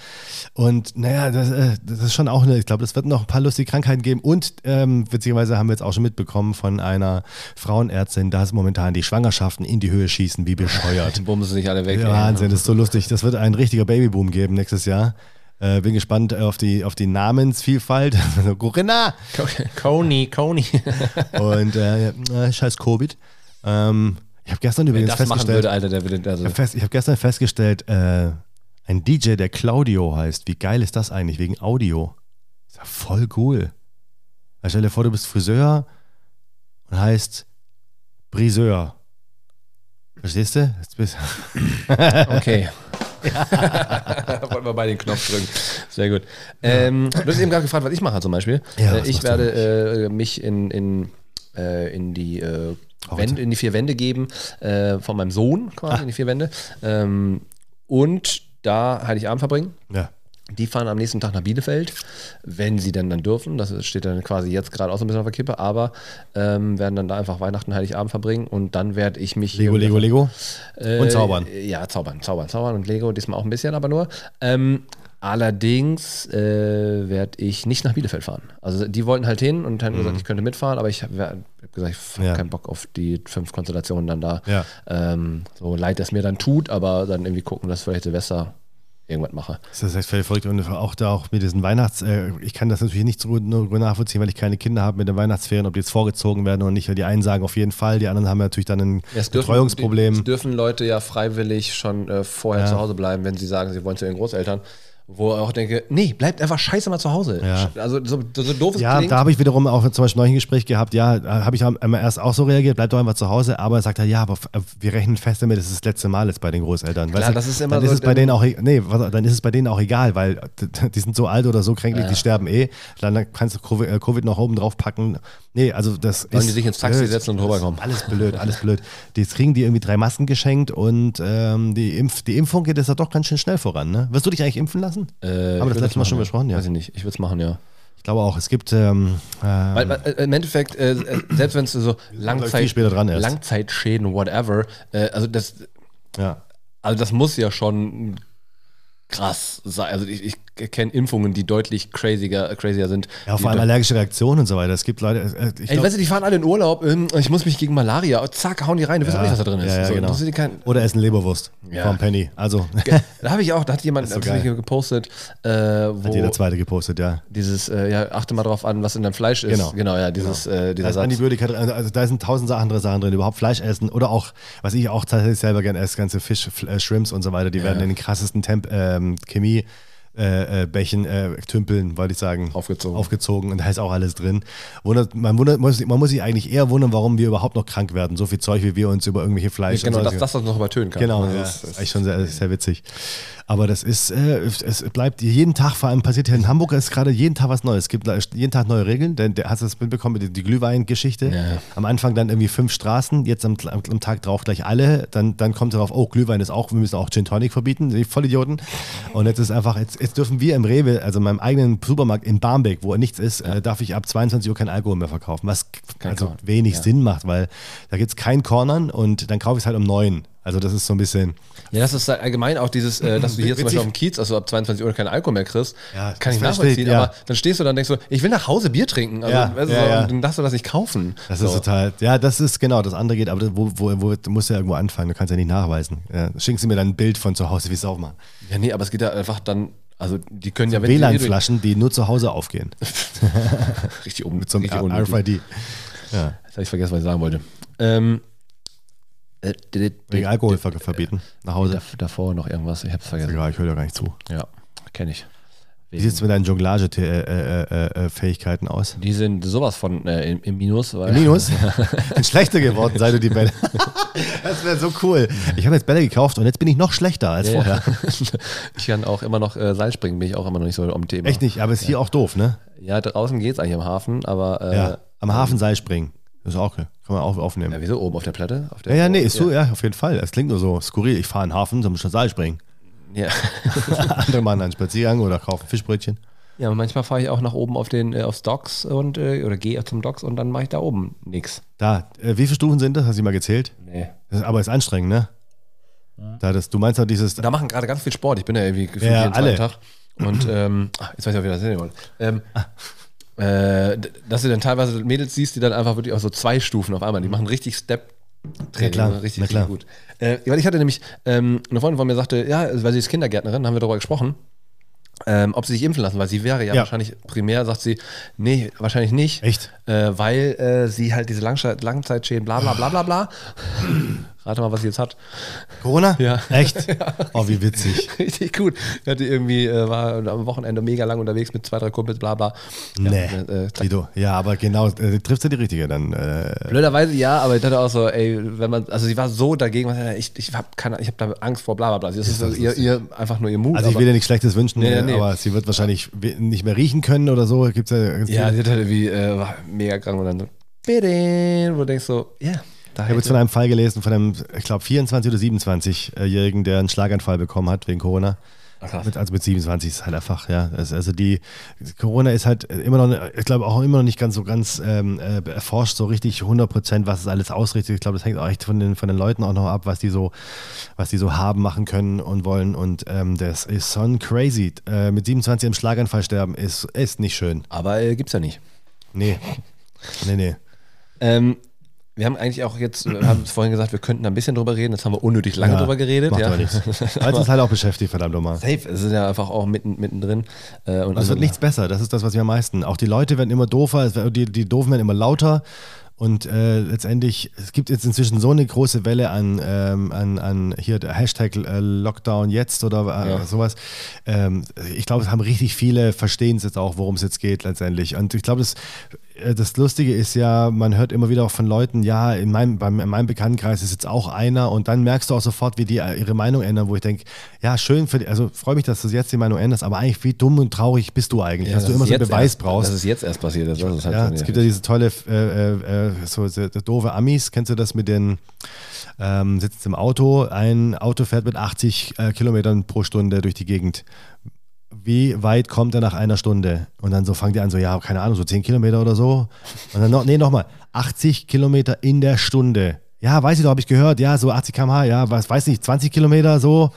Speaker 1: Und naja, das, äh, das ist schon auch eine, ich glaube, das wird noch ein paar lustige Krankheiten geben. Und ähm, witzigerweise haben wir jetzt auch schon mitbekommen von einer Frauenärztin, dass momentan die Schwangerschaften in die Höhe schießen, wie bescheuert.
Speaker 2: Die Bumsen sich alle weg.
Speaker 1: Ja, Wahnsinn, das ist so
Speaker 2: also
Speaker 1: lustig. Das wird ein richtiger Babyboom geben nächstes Jahr. Äh, bin gespannt auf die, auf die Namensvielfalt. Also Corinna
Speaker 2: Coney, Coney.
Speaker 1: und äh, äh, scheiß Covid. Ähm, ich habe gestern übrigens
Speaker 2: Das machen
Speaker 1: festgestellt,
Speaker 2: würde, Alter, der würde. Also,
Speaker 1: ich hab fest, ich habe gestern festgestellt, äh, ein DJ, der Claudio heißt, wie geil ist das eigentlich wegen Audio? Ist ja voll cool. Also Stell dir vor, du bist Friseur und heißt Briseur. Verstehst du? Jetzt bist,
Speaker 2: okay. Wollten wir beide den Knopf drücken. Sehr gut. Ähm, du hast eben gerade gefragt, was ich mache zum Beispiel.
Speaker 1: Ja,
Speaker 2: äh,
Speaker 1: was
Speaker 2: ich
Speaker 1: machst du
Speaker 2: werde äh, mich in, in, äh, in die äh, Wände, in die vier Wände geben, äh, von meinem Sohn
Speaker 1: Ah.
Speaker 2: quasi in die vier Wände. Ähm, und da Heiligabend verbringen.
Speaker 1: ja.
Speaker 2: Die fahren am nächsten Tag nach Bielefeld, wenn sie denn dann dürfen. Das steht dann quasi jetzt gerade auch so ein bisschen auf der Kippe, aber ähm, werden dann da einfach Weihnachten, Heiligabend verbringen und dann werde ich mich.
Speaker 1: Lego,
Speaker 2: hier-
Speaker 1: Lego, Lego.
Speaker 2: Äh,
Speaker 1: und zaubern.
Speaker 2: Ja, zaubern, zaubern, zaubern und Lego, diesmal auch ein bisschen, aber nur. Ähm, allerdings äh, werde ich nicht nach Bielefeld fahren. Also die wollten halt hin und haben gesagt, ich könnte mitfahren, aber ich habe hab gesagt, ich habe
Speaker 1: Mhm. Ja.
Speaker 2: keinen Bock auf die fünf Konstellationen dann da.
Speaker 1: Ja.
Speaker 2: Ähm, so leid es mir dann tut, aber dann irgendwie gucken, dass vielleicht Silvester irgendwas mache.
Speaker 1: Das ist echt völlig verrückt. Und auch da auch mit diesen Weihnachts-, äh, ich kann das natürlich nicht so gut nur gut nachvollziehen, weil ich keine Kinder habe mit den Weihnachtsferien, ob die jetzt vorgezogen werden oder nicht. Die einen sagen auf jeden Fall, die anderen haben natürlich dann ein
Speaker 2: Es dürfen-
Speaker 1: Betreuungsproblem.
Speaker 2: Es dürfen Leute ja freiwillig schon äh, vorher zu Hause bleiben, wenn sie sagen, sie wollen zu ihren Großeltern. Wo ich auch denke, nee, bleibt einfach scheiße mal zu Hause.
Speaker 1: Ja.
Speaker 2: Also so, so, so doof es
Speaker 1: Ja,
Speaker 2: klingt.
Speaker 1: da habe ich wiederum auch zum Beispiel neulich ein Gespräch gehabt, ja, da habe ich am- einmal erst auch so reagiert, bleib doch einfach zu Hause, aber er sagt halt, ja, aber f- wir rechnen fest damit, es ist das letzte Mal jetzt bei den Großeltern.
Speaker 2: Klar,
Speaker 1: weißt du,
Speaker 2: das ist immer
Speaker 1: dann ist
Speaker 2: so,
Speaker 1: es bei denen auch, e- nee, was- dann ist es bei denen auch egal, weil d- die sind so alt oder so kränklich, die sterben eh, dann dann kannst du Covid, äh, COVID noch oben drauf packen. Nee, also das
Speaker 2: Sollen
Speaker 1: ist
Speaker 2: die sich ins Taxi
Speaker 1: blöd.
Speaker 2: setzen und rüberkommen?
Speaker 1: Alles blöd, alles blöd. Jetzt kriegen die irgendwie drei Masken geschenkt und ähm, die, Impf die Impfung geht jetzt doch ganz schön schnell voran, ne? Wirst du dich eigentlich impfen lassen?
Speaker 2: Äh,
Speaker 1: Haben wir
Speaker 2: ich
Speaker 1: das letzte
Speaker 2: würd
Speaker 1: Mal
Speaker 2: machen,
Speaker 1: schon
Speaker 2: ja.
Speaker 1: besprochen, ja.
Speaker 2: Weiß ich nicht. Ich würde es machen, ja.
Speaker 1: Ich glaube auch, es gibt ähm, ähm,
Speaker 2: Weil, weil, äh, im Endeffekt, äh, äh, selbst wenn es so Langzeit,
Speaker 1: viel später dran erst.
Speaker 2: Langzeitschäden, whatever, äh, also das,
Speaker 1: ja.
Speaker 2: also das muss ja schon krass sein. Also ich, ich kenne Impfungen, die deutlich craziger, crazier sind.
Speaker 1: Ja,
Speaker 2: die
Speaker 1: vor allem
Speaker 2: do-
Speaker 1: allergische Reaktionen und so weiter. Es gibt Leute, äh, ich
Speaker 2: Ey,
Speaker 1: glaub,
Speaker 2: weißt du, die fahren alle in Urlaub, ähm, ich muss mich gegen Malaria, zack, hauen die rein, du weißt auch nicht, was da drin ist.
Speaker 1: Ja, ja,
Speaker 2: So,
Speaker 1: genau.
Speaker 2: das ist kein,
Speaker 1: oder essen Leberwurst
Speaker 2: Ja.
Speaker 1: vom Penny. Also
Speaker 2: Ge- da habe ich auch, da hat jemand
Speaker 1: so
Speaker 2: hat
Speaker 1: geil.
Speaker 2: sich gepostet, äh, wo
Speaker 1: jeder zweite gepostet, ja.
Speaker 2: dieses, äh, ja, achte mal drauf an, was in deinem Fleisch ist.
Speaker 1: Genau.
Speaker 2: genau ja, dieses, Äh,
Speaker 1: Da
Speaker 2: dieser
Speaker 1: ist
Speaker 2: Satz.
Speaker 1: Antibiotika drin, also, also da sind tausend Sachen, andere Sachen drin. Überhaupt Fleisch essen oder auch, was ich auch tatsächlich selber gerne esse, ganze Fisch, F- äh, Shrimps und so weiter, die werden in den krassesten Temp ähm, Chemie. Äh, äh, Bächen, äh, Tümpeln, wollte ich sagen.
Speaker 2: Aufgezogen.
Speaker 1: Aufgezogen und da ist auch alles drin. Wundert, man, wundert, muss, man muss sich eigentlich eher wundern, warum wir überhaupt noch krank werden. So viel Zeug, wie wir uns über irgendwelche Fleisch
Speaker 2: Genau,
Speaker 1: und
Speaker 2: dass
Speaker 1: sonstige-
Speaker 2: das, das noch übertönen kann.
Speaker 1: Genau,
Speaker 2: Also
Speaker 1: ja,
Speaker 2: das-
Speaker 1: das ist eigentlich schon sehr, sehr witzig. Aber das ist, äh, es bleibt jeden Tag, vor allem passiert hier in Hamburg, ist gerade jeden Tag was Neues. Es gibt jeden Tag neue Regeln, denn der, hast du das mitbekommen, die, die Glühwein-Geschichte?
Speaker 2: Ja.
Speaker 1: Am Anfang dann irgendwie fünf Straßen, jetzt am, am, am Tag drauf gleich alle. Dann, dann kommt darauf, oh, Glühwein ist auch, wir müssen auch Gin Tonic verbieten, die Vollidioten. Und jetzt ist einfach, jetzt, jetzt dürfen wir im Rewe, also meinem eigenen Supermarkt in Barmbek, wo nichts ist, äh, darf ich ab 22 Uhr kein Alkohol mehr verkaufen, was
Speaker 2: Kein
Speaker 1: also
Speaker 2: Korn,
Speaker 1: wenig
Speaker 2: ja.
Speaker 1: Sinn macht, weil da gibt es kein Cornern und dann kaufe ich es halt um neun. Also das ist so ein bisschen...
Speaker 2: Ja, das ist halt allgemein auch dieses, äh, dass du hier zum
Speaker 1: Witzig.
Speaker 2: Beispiel auf dem Kiez, also ab 22 Uhr keinen Alkohol mehr kriegst,
Speaker 1: Ja,
Speaker 2: kann ich
Speaker 1: das verstehe
Speaker 2: nachvollziehen,
Speaker 1: ich, ja.
Speaker 2: aber dann stehst du da und denkst so, ich will nach Hause Bier trinken, also,
Speaker 1: Ja,
Speaker 2: weißt du,
Speaker 1: ja,
Speaker 2: so,
Speaker 1: ja.
Speaker 2: und dann darfst du das nicht kaufen.
Speaker 1: Das
Speaker 2: so.
Speaker 1: ist total. Ja, das ist genau, das andere geht, aber das- wo, wo, wo du musst ja irgendwo anfangen, du kannst ja nicht nachweisen. Ja, schicken sie mir dann ein Bild von zu Hause, wie es auch machen.
Speaker 2: Ja, nee, aber es geht ja einfach dann, also die können ja, wenn die-
Speaker 1: WLAN-Flaschen, die nur zu Hause aufgehen.
Speaker 2: richtig um,
Speaker 1: Mit so einem
Speaker 2: richtig
Speaker 1: R-
Speaker 2: unnötig.
Speaker 1: RFID.
Speaker 2: Jetzt habe ich vergessen, was ich sagen wollte. Ähm, äh, d- d-
Speaker 1: Wegen
Speaker 2: d-
Speaker 1: Alkohol ver verbieten. Nach Hause.
Speaker 2: dav- davor noch irgendwas, ich habe es vergessen.
Speaker 1: Egal, ich höre da gar nicht zu.
Speaker 2: Ja, kenne ich.
Speaker 1: Wie sieht es mit deinen äh, Jonglage-Fähigkeiten aus?
Speaker 2: Die sind sowas von äh, im, im Minus, weil
Speaker 1: Minus? Bin schlechter geworden, seit du die Bälle. Das wäre so cool. Ich habe jetzt Bälle gekauft und jetzt bin ich noch schlechter als
Speaker 2: Ja, ja.
Speaker 1: vorher.
Speaker 2: ich kann auch immer noch äh, Seil springen, bin ich auch immer noch nicht so am Thema.
Speaker 1: Echt nicht, aber ist hier auch doof, ne?
Speaker 2: Ja, draußen geht's eigentlich am Hafen, aber äh,
Speaker 1: Ja.
Speaker 2: ja.
Speaker 1: Am Hafen Seil springen. Das ist auch, kann man auch aufnehmen.
Speaker 2: wieso oben auf der Platte? Auf der
Speaker 1: Ja, ja, nee, ist so, ja, auf jeden Fall. Es klingt nur so skurril. Ich fahre in den Hafen, soll schon Seil springen.
Speaker 2: Ja.
Speaker 1: Andere machen einen Spaziergang oder kaufen Fischbrötchen.
Speaker 2: ja, aber manchmal fahre ich auch nach oben auf den äh, aufs Docks und äh, oder gehe zum Docks und dann mache ich da oben nix.
Speaker 1: Da, äh, wie viele Stufen sind das? Hast du die mal gezählt?
Speaker 2: Nee.
Speaker 1: Das ist, aber ist anstrengend, ne? Da das, du meinst ja dieses.
Speaker 2: Da machen gerade ganz viel Sport. Ich bin ja irgendwie gefühlt
Speaker 1: Ja,
Speaker 2: jeden
Speaker 1: alle.
Speaker 2: zweiten Tag. Und ähm, ah, jetzt weiß ich auch, wie das sehen wollte. Ähm,
Speaker 1: Ah.
Speaker 2: äh, d- dass du dann teilweise Mädels siehst, die dann einfach wirklich auch so zwei Stufen auf einmal, die machen richtig Step. Training,
Speaker 1: klar,
Speaker 2: richtig,
Speaker 1: na klar.
Speaker 2: richtig gut. Äh, weil ich hatte nämlich ähm, eine Freundin von mir sagte, ja, also weil sie ist Kindergärtnerin, haben wir darüber gesprochen, ähm, ob sie sich impfen lassen, weil sie wäre ja,
Speaker 1: Ja.
Speaker 2: wahrscheinlich primär, sagt sie, nee, wahrscheinlich nicht.
Speaker 1: Echt?
Speaker 2: Äh, weil äh, sie halt diese Langzei- Langzeitschäden, bla bla bla bla bla. Rate mal, was sie jetzt hat.
Speaker 1: Corona?
Speaker 2: Ja.
Speaker 1: Echt? Oh, wie witzig.
Speaker 2: Richtig gut. Ich hatte irgendwie, äh, war am Wochenende mega lang unterwegs mit zwei, drei Kumpels, bla bla.
Speaker 1: Nee.
Speaker 2: äh, äh,
Speaker 1: Guido. Ja, aber genau, äh, triffst du die richtige dann. Äh,
Speaker 2: Blöderweise ja, aber ich dachte auch so, ey, wenn man, also sie war so dagegen, was, äh, ich, ich habe keine, ich habe da Angst vor, bla bla bla. Das ist so ihr, ihr, einfach nur ihr Mut.
Speaker 1: also, ich
Speaker 2: aber-
Speaker 1: will dir nichts Schlechtes wünschen,
Speaker 2: Nee,
Speaker 1: äh,
Speaker 2: nee.
Speaker 1: aber sie wird wahrscheinlich we- nicht mehr riechen können oder so. Gibt's ja, ganz
Speaker 2: ja,
Speaker 1: viele-
Speaker 2: sie hat halt irgendwie, äh, war mega krank und dann so, bitte, wo du denkst so, ja, da
Speaker 1: Ich habe jetzt von einem Fall gelesen, von einem, ich glaube, 24- oder 27-Jährigen, der einen Schlaganfall bekommen hat wegen Corona.
Speaker 2: Ach, krass.
Speaker 1: Mit, also mit 27 ist halt einfach, ja. Also, also die Corona ist halt immer noch, ich glaube auch immer noch nicht ganz so ganz ähm, äh, erforscht, so richtig 100 Prozent, was es alles ausrichtet. Ich glaube, das hängt auch echt von den, von den Leuten auch noch ab, was die so, was die so haben, machen können und wollen. Und ähm, das ist schon crazy. Äh, mit 27 im Schlaganfall sterben ist, ist nicht schön.
Speaker 2: Aber äh, gibt's ja nicht.
Speaker 1: Nee. Nee, nee.
Speaker 2: Ähm, wir haben eigentlich auch jetzt, wir haben vorhin gesagt, wir könnten da ein bisschen drüber reden, jetzt haben wir unnötig lange
Speaker 1: Ja,
Speaker 2: drüber geredet.
Speaker 1: Macht
Speaker 2: ja.
Speaker 1: aber nichts. Weil es uns halt auch beschäftigt, verdammt nochmal.
Speaker 2: Safe, es ist ja einfach auch mitten, mittendrin. Äh, und
Speaker 1: Es
Speaker 2: also-
Speaker 1: wird nichts besser, das ist das, was wir am meisten. Auch die Leute werden immer doofer, es werden- die, die Doofen werden immer lauter Und äh, letztendlich, es gibt jetzt inzwischen so eine große Welle an, ähm, an, an hier der Hashtag äh, Lockdown jetzt oder äh,
Speaker 2: Ja.
Speaker 1: sowas. Ähm, ich glaube, es haben richtig viele, verstehen es jetzt auch, worum es jetzt geht letztendlich. Und ich glaube, das, äh, das Lustige ist ja, man hört immer wieder auch von Leuten, ja, in meinem, beim, in meinem Bekanntenkreis ist jetzt auch einer und dann merkst du auch sofort, wie die äh, ihre Meinung ändern, wo ich denke, ja, schön für die, also freue mich, dass du jetzt die Meinung änderst, aber eigentlich wie dumm und traurig bist du eigentlich, dass du immer so einen Beweis
Speaker 2: erst,
Speaker 1: brauchst.
Speaker 2: Dass es jetzt erst passiert ist. Das ist halt
Speaker 1: Ja,
Speaker 2: schon-
Speaker 1: es gibt ja diese tolle, äh, äh, äh, so, so doofe Amis. Kennst du das mit den, ähm, sitzt im Auto, ein Auto fährt mit 80 äh, Kilometern pro Stunde durch die Gegend. Wie weit kommt er nach einer Stunde? Und dann so fangen die an, so, ja, keine Ahnung, so 10 Kilometer oder so. Und dann noch, nee, nochmal, 80 Kilometer in der Stunde. Ja, weiß ich doch, habe ich gehört. Ja, so 80 km/h, ja, was weiß nicht, 20 Kilometer so.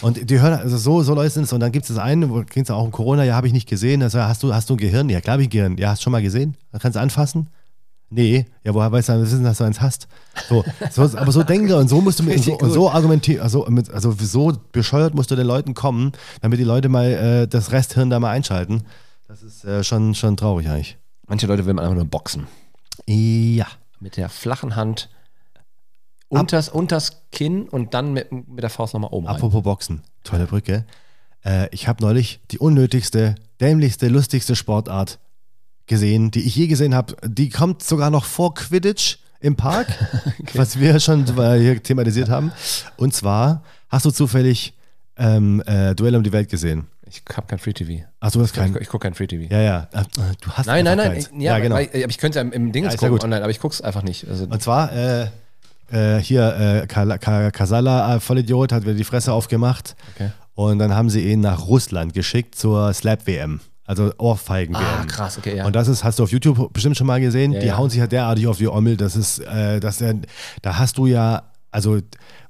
Speaker 1: Und die hören, also so, so Leute sind es. Und dann gibt es das einen, wo ging es auch um Corona, ja, habe ich nicht gesehen. Also, hast du, hast du ein Gehirn? Ja, klar habe ich ein Gehirn. Ja, hast du schon mal gesehen? Kannst du anfassen? Nee, ja, woher weißt du, was ist denn, dass du eins hast? So, so, aber so denke und so musst du mit, und so,
Speaker 2: Richtig
Speaker 1: und so argumentieren, also, mit, also so bescheuert musst du den Leuten kommen, damit die Leute mal äh, das Resthirn da mal einschalten. Das ist äh, schon, schon traurig eigentlich.
Speaker 2: Manche Leute will man einfach nur boxen.
Speaker 1: Ja.
Speaker 2: Mit der flachen Hand unters, unters Kinn und dann mit, mit der Faust nochmal oben. Rein.
Speaker 1: Apropos Boxen, tolle Brücke. Äh, ich habe neulich die unnötigste, dämlichste, lustigste Sportart gesehen, die ich je gesehen habe. Die kommt sogar noch vor Quidditch im Park, was wir schon äh, hier thematisiert haben. Und zwar hast du zufällig ähm, äh, Duell um die Welt gesehen.
Speaker 2: Ich habe kein Free TV.
Speaker 1: Ach, du hast
Speaker 2: Ich,
Speaker 1: kein.
Speaker 2: ich gucke kein Free TV.
Speaker 1: Ja, ja. Äh, Du hast
Speaker 2: Nein,
Speaker 1: einfach
Speaker 2: nein, nein.
Speaker 1: keins.
Speaker 2: ich- Ja,
Speaker 1: ja, genau.
Speaker 2: weil- aber ich könnte ja im, im Dings
Speaker 1: Ja, ist ja
Speaker 2: gucken
Speaker 1: gut.
Speaker 2: online, aber ich gucke es einfach nicht. Also,
Speaker 1: Und zwar äh, äh, hier äh, Kala- Ka- Kasala, äh, Vollidiot, hat wieder die Fresse aufgemacht.
Speaker 2: Okay.
Speaker 1: Und dann haben sie ihn nach Russland geschickt zur Slap-WM, also Ohrfeigen-WM.
Speaker 2: ah, krass, okay, ja.
Speaker 1: Und das ist, hast du auf YouTube bestimmt schon mal gesehen, die
Speaker 2: ja.
Speaker 1: hauen sich ja derartig auf die Ommel, das ist, äh, das, äh, da hast du ja, also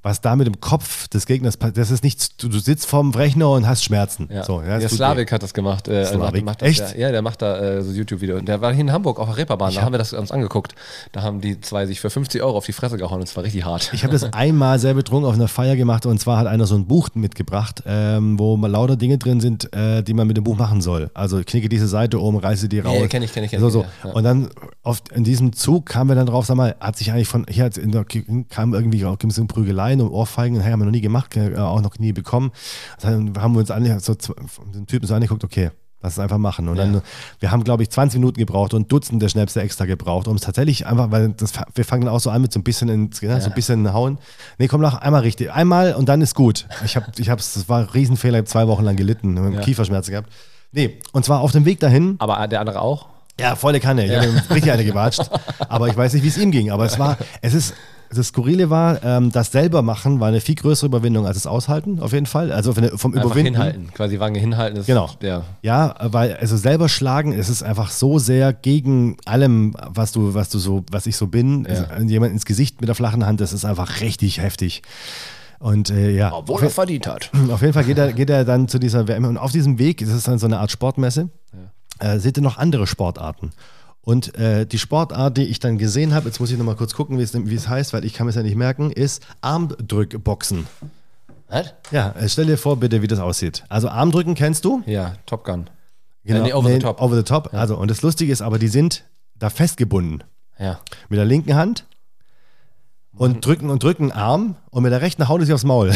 Speaker 1: was da mit dem Kopf des Gegners passiert, das ist nichts, du, du sitzt vorm Rechner und hast Schmerzen.
Speaker 2: ja.
Speaker 1: So, ja,
Speaker 2: der
Speaker 1: das tut weh.
Speaker 2: Slavik hat das gemacht. Äh,
Speaker 1: Slavik?
Speaker 2: Macht, macht das,
Speaker 1: Echt?
Speaker 2: Ja, ja, der macht da äh, so YouTube-Video. Und der war hier in Hamburg auf der Reeperbahn, da haben wir das uns angeguckt. Da haben die zwei sich für 50 Euro auf die Fresse gehauen und es war richtig hart.
Speaker 1: Ich habe das einmal sehr betrunken auf einer Feier gemacht und zwar hat einer so ein Buch mitgebracht, ähm, wo mal lauter Dinge drin sind, äh, die man mit dem Buch machen soll. Also knicke diese Seite um, reiße die raus.
Speaker 2: ja, kenn ich, kenn ich, kenn
Speaker 1: so,
Speaker 2: ich,
Speaker 1: so.
Speaker 2: ja, ja.
Speaker 1: Und dann auf, in diesem Zug kamen wir dann drauf, sag mal, hat sich eigentlich von, hier hat's in der, kam irgendwie auch ein bisschen Prügeleien und Ohrfeigen, hey, haben wir noch nie gemacht, äh, auch noch nie bekommen. Dann haben wir uns alle, so, z- den Typen so angeguckt, okay. Lass es einfach machen. Und dann, wir haben, glaube ich, 20 Minuten gebraucht und Dutzende Schnäpse extra gebraucht, um es tatsächlich einfach, weil das, wir fangen dann auch so an mit so ein bisschen ins, ne, so ein bisschen hauen. Nee, komm, noch einmal richtig. Einmal und dann ist gut. Ich habe, ich hab's, das war ein Riesenfehler, ich hab zwei Wochen lang gelitten, mit Kieferschmerzen gehabt. Nee, und zwar auf dem Weg dahin
Speaker 2: Aber der andere auch?
Speaker 1: ja, volle Kanne. Ich habe ihm richtig eine gewatscht. Aber ich weiß nicht, wie es ihm ging. Aber es war, es ist, das Skurrile war, ähm, das selber machen war eine viel größere Überwindung als das Aushalten, auf jeden Fall. Also von der- vom
Speaker 2: Einfach
Speaker 1: Überwinden.
Speaker 2: hinhalten. Quasi Wange hinhalten ist
Speaker 1: Genau.
Speaker 2: der.
Speaker 1: Ja, weil also selber schlagen, es ist einfach so sehr gegen allem, was du, was du so, was ich so bin. Also, jemand ins Gesicht mit der flachen Hand, das ist einfach richtig heftig. Und äh, ja.
Speaker 2: Obwohl er verdient hat.
Speaker 1: Auf jeden Fall geht er, geht er dann zu dieser WM und auf diesem Weg ist es dann so eine Art Sportmesse. Äh, seht ihr noch andere Sportarten? Und äh, die Sportart, die ich dann gesehen habe, jetzt muss ich nochmal kurz gucken, wie es, wie es heißt, weil ich kann es ja nicht merken, ist Armdrückboxen.
Speaker 2: Was?
Speaker 1: Ja, äh, stell dir vor bitte, wie das aussieht. Also Armdrücken kennst du?
Speaker 2: Ja, Top Gun.
Speaker 1: Genau.
Speaker 2: Äh, nee, over the top.
Speaker 1: Over the top. Also, und das Lustige ist aber, die sind da festgebunden.
Speaker 2: Ja.
Speaker 1: Mit der linken Hand
Speaker 2: Mhm.
Speaker 1: und drücken und drücken Arm und mit der rechten hauen sie aufs Maul.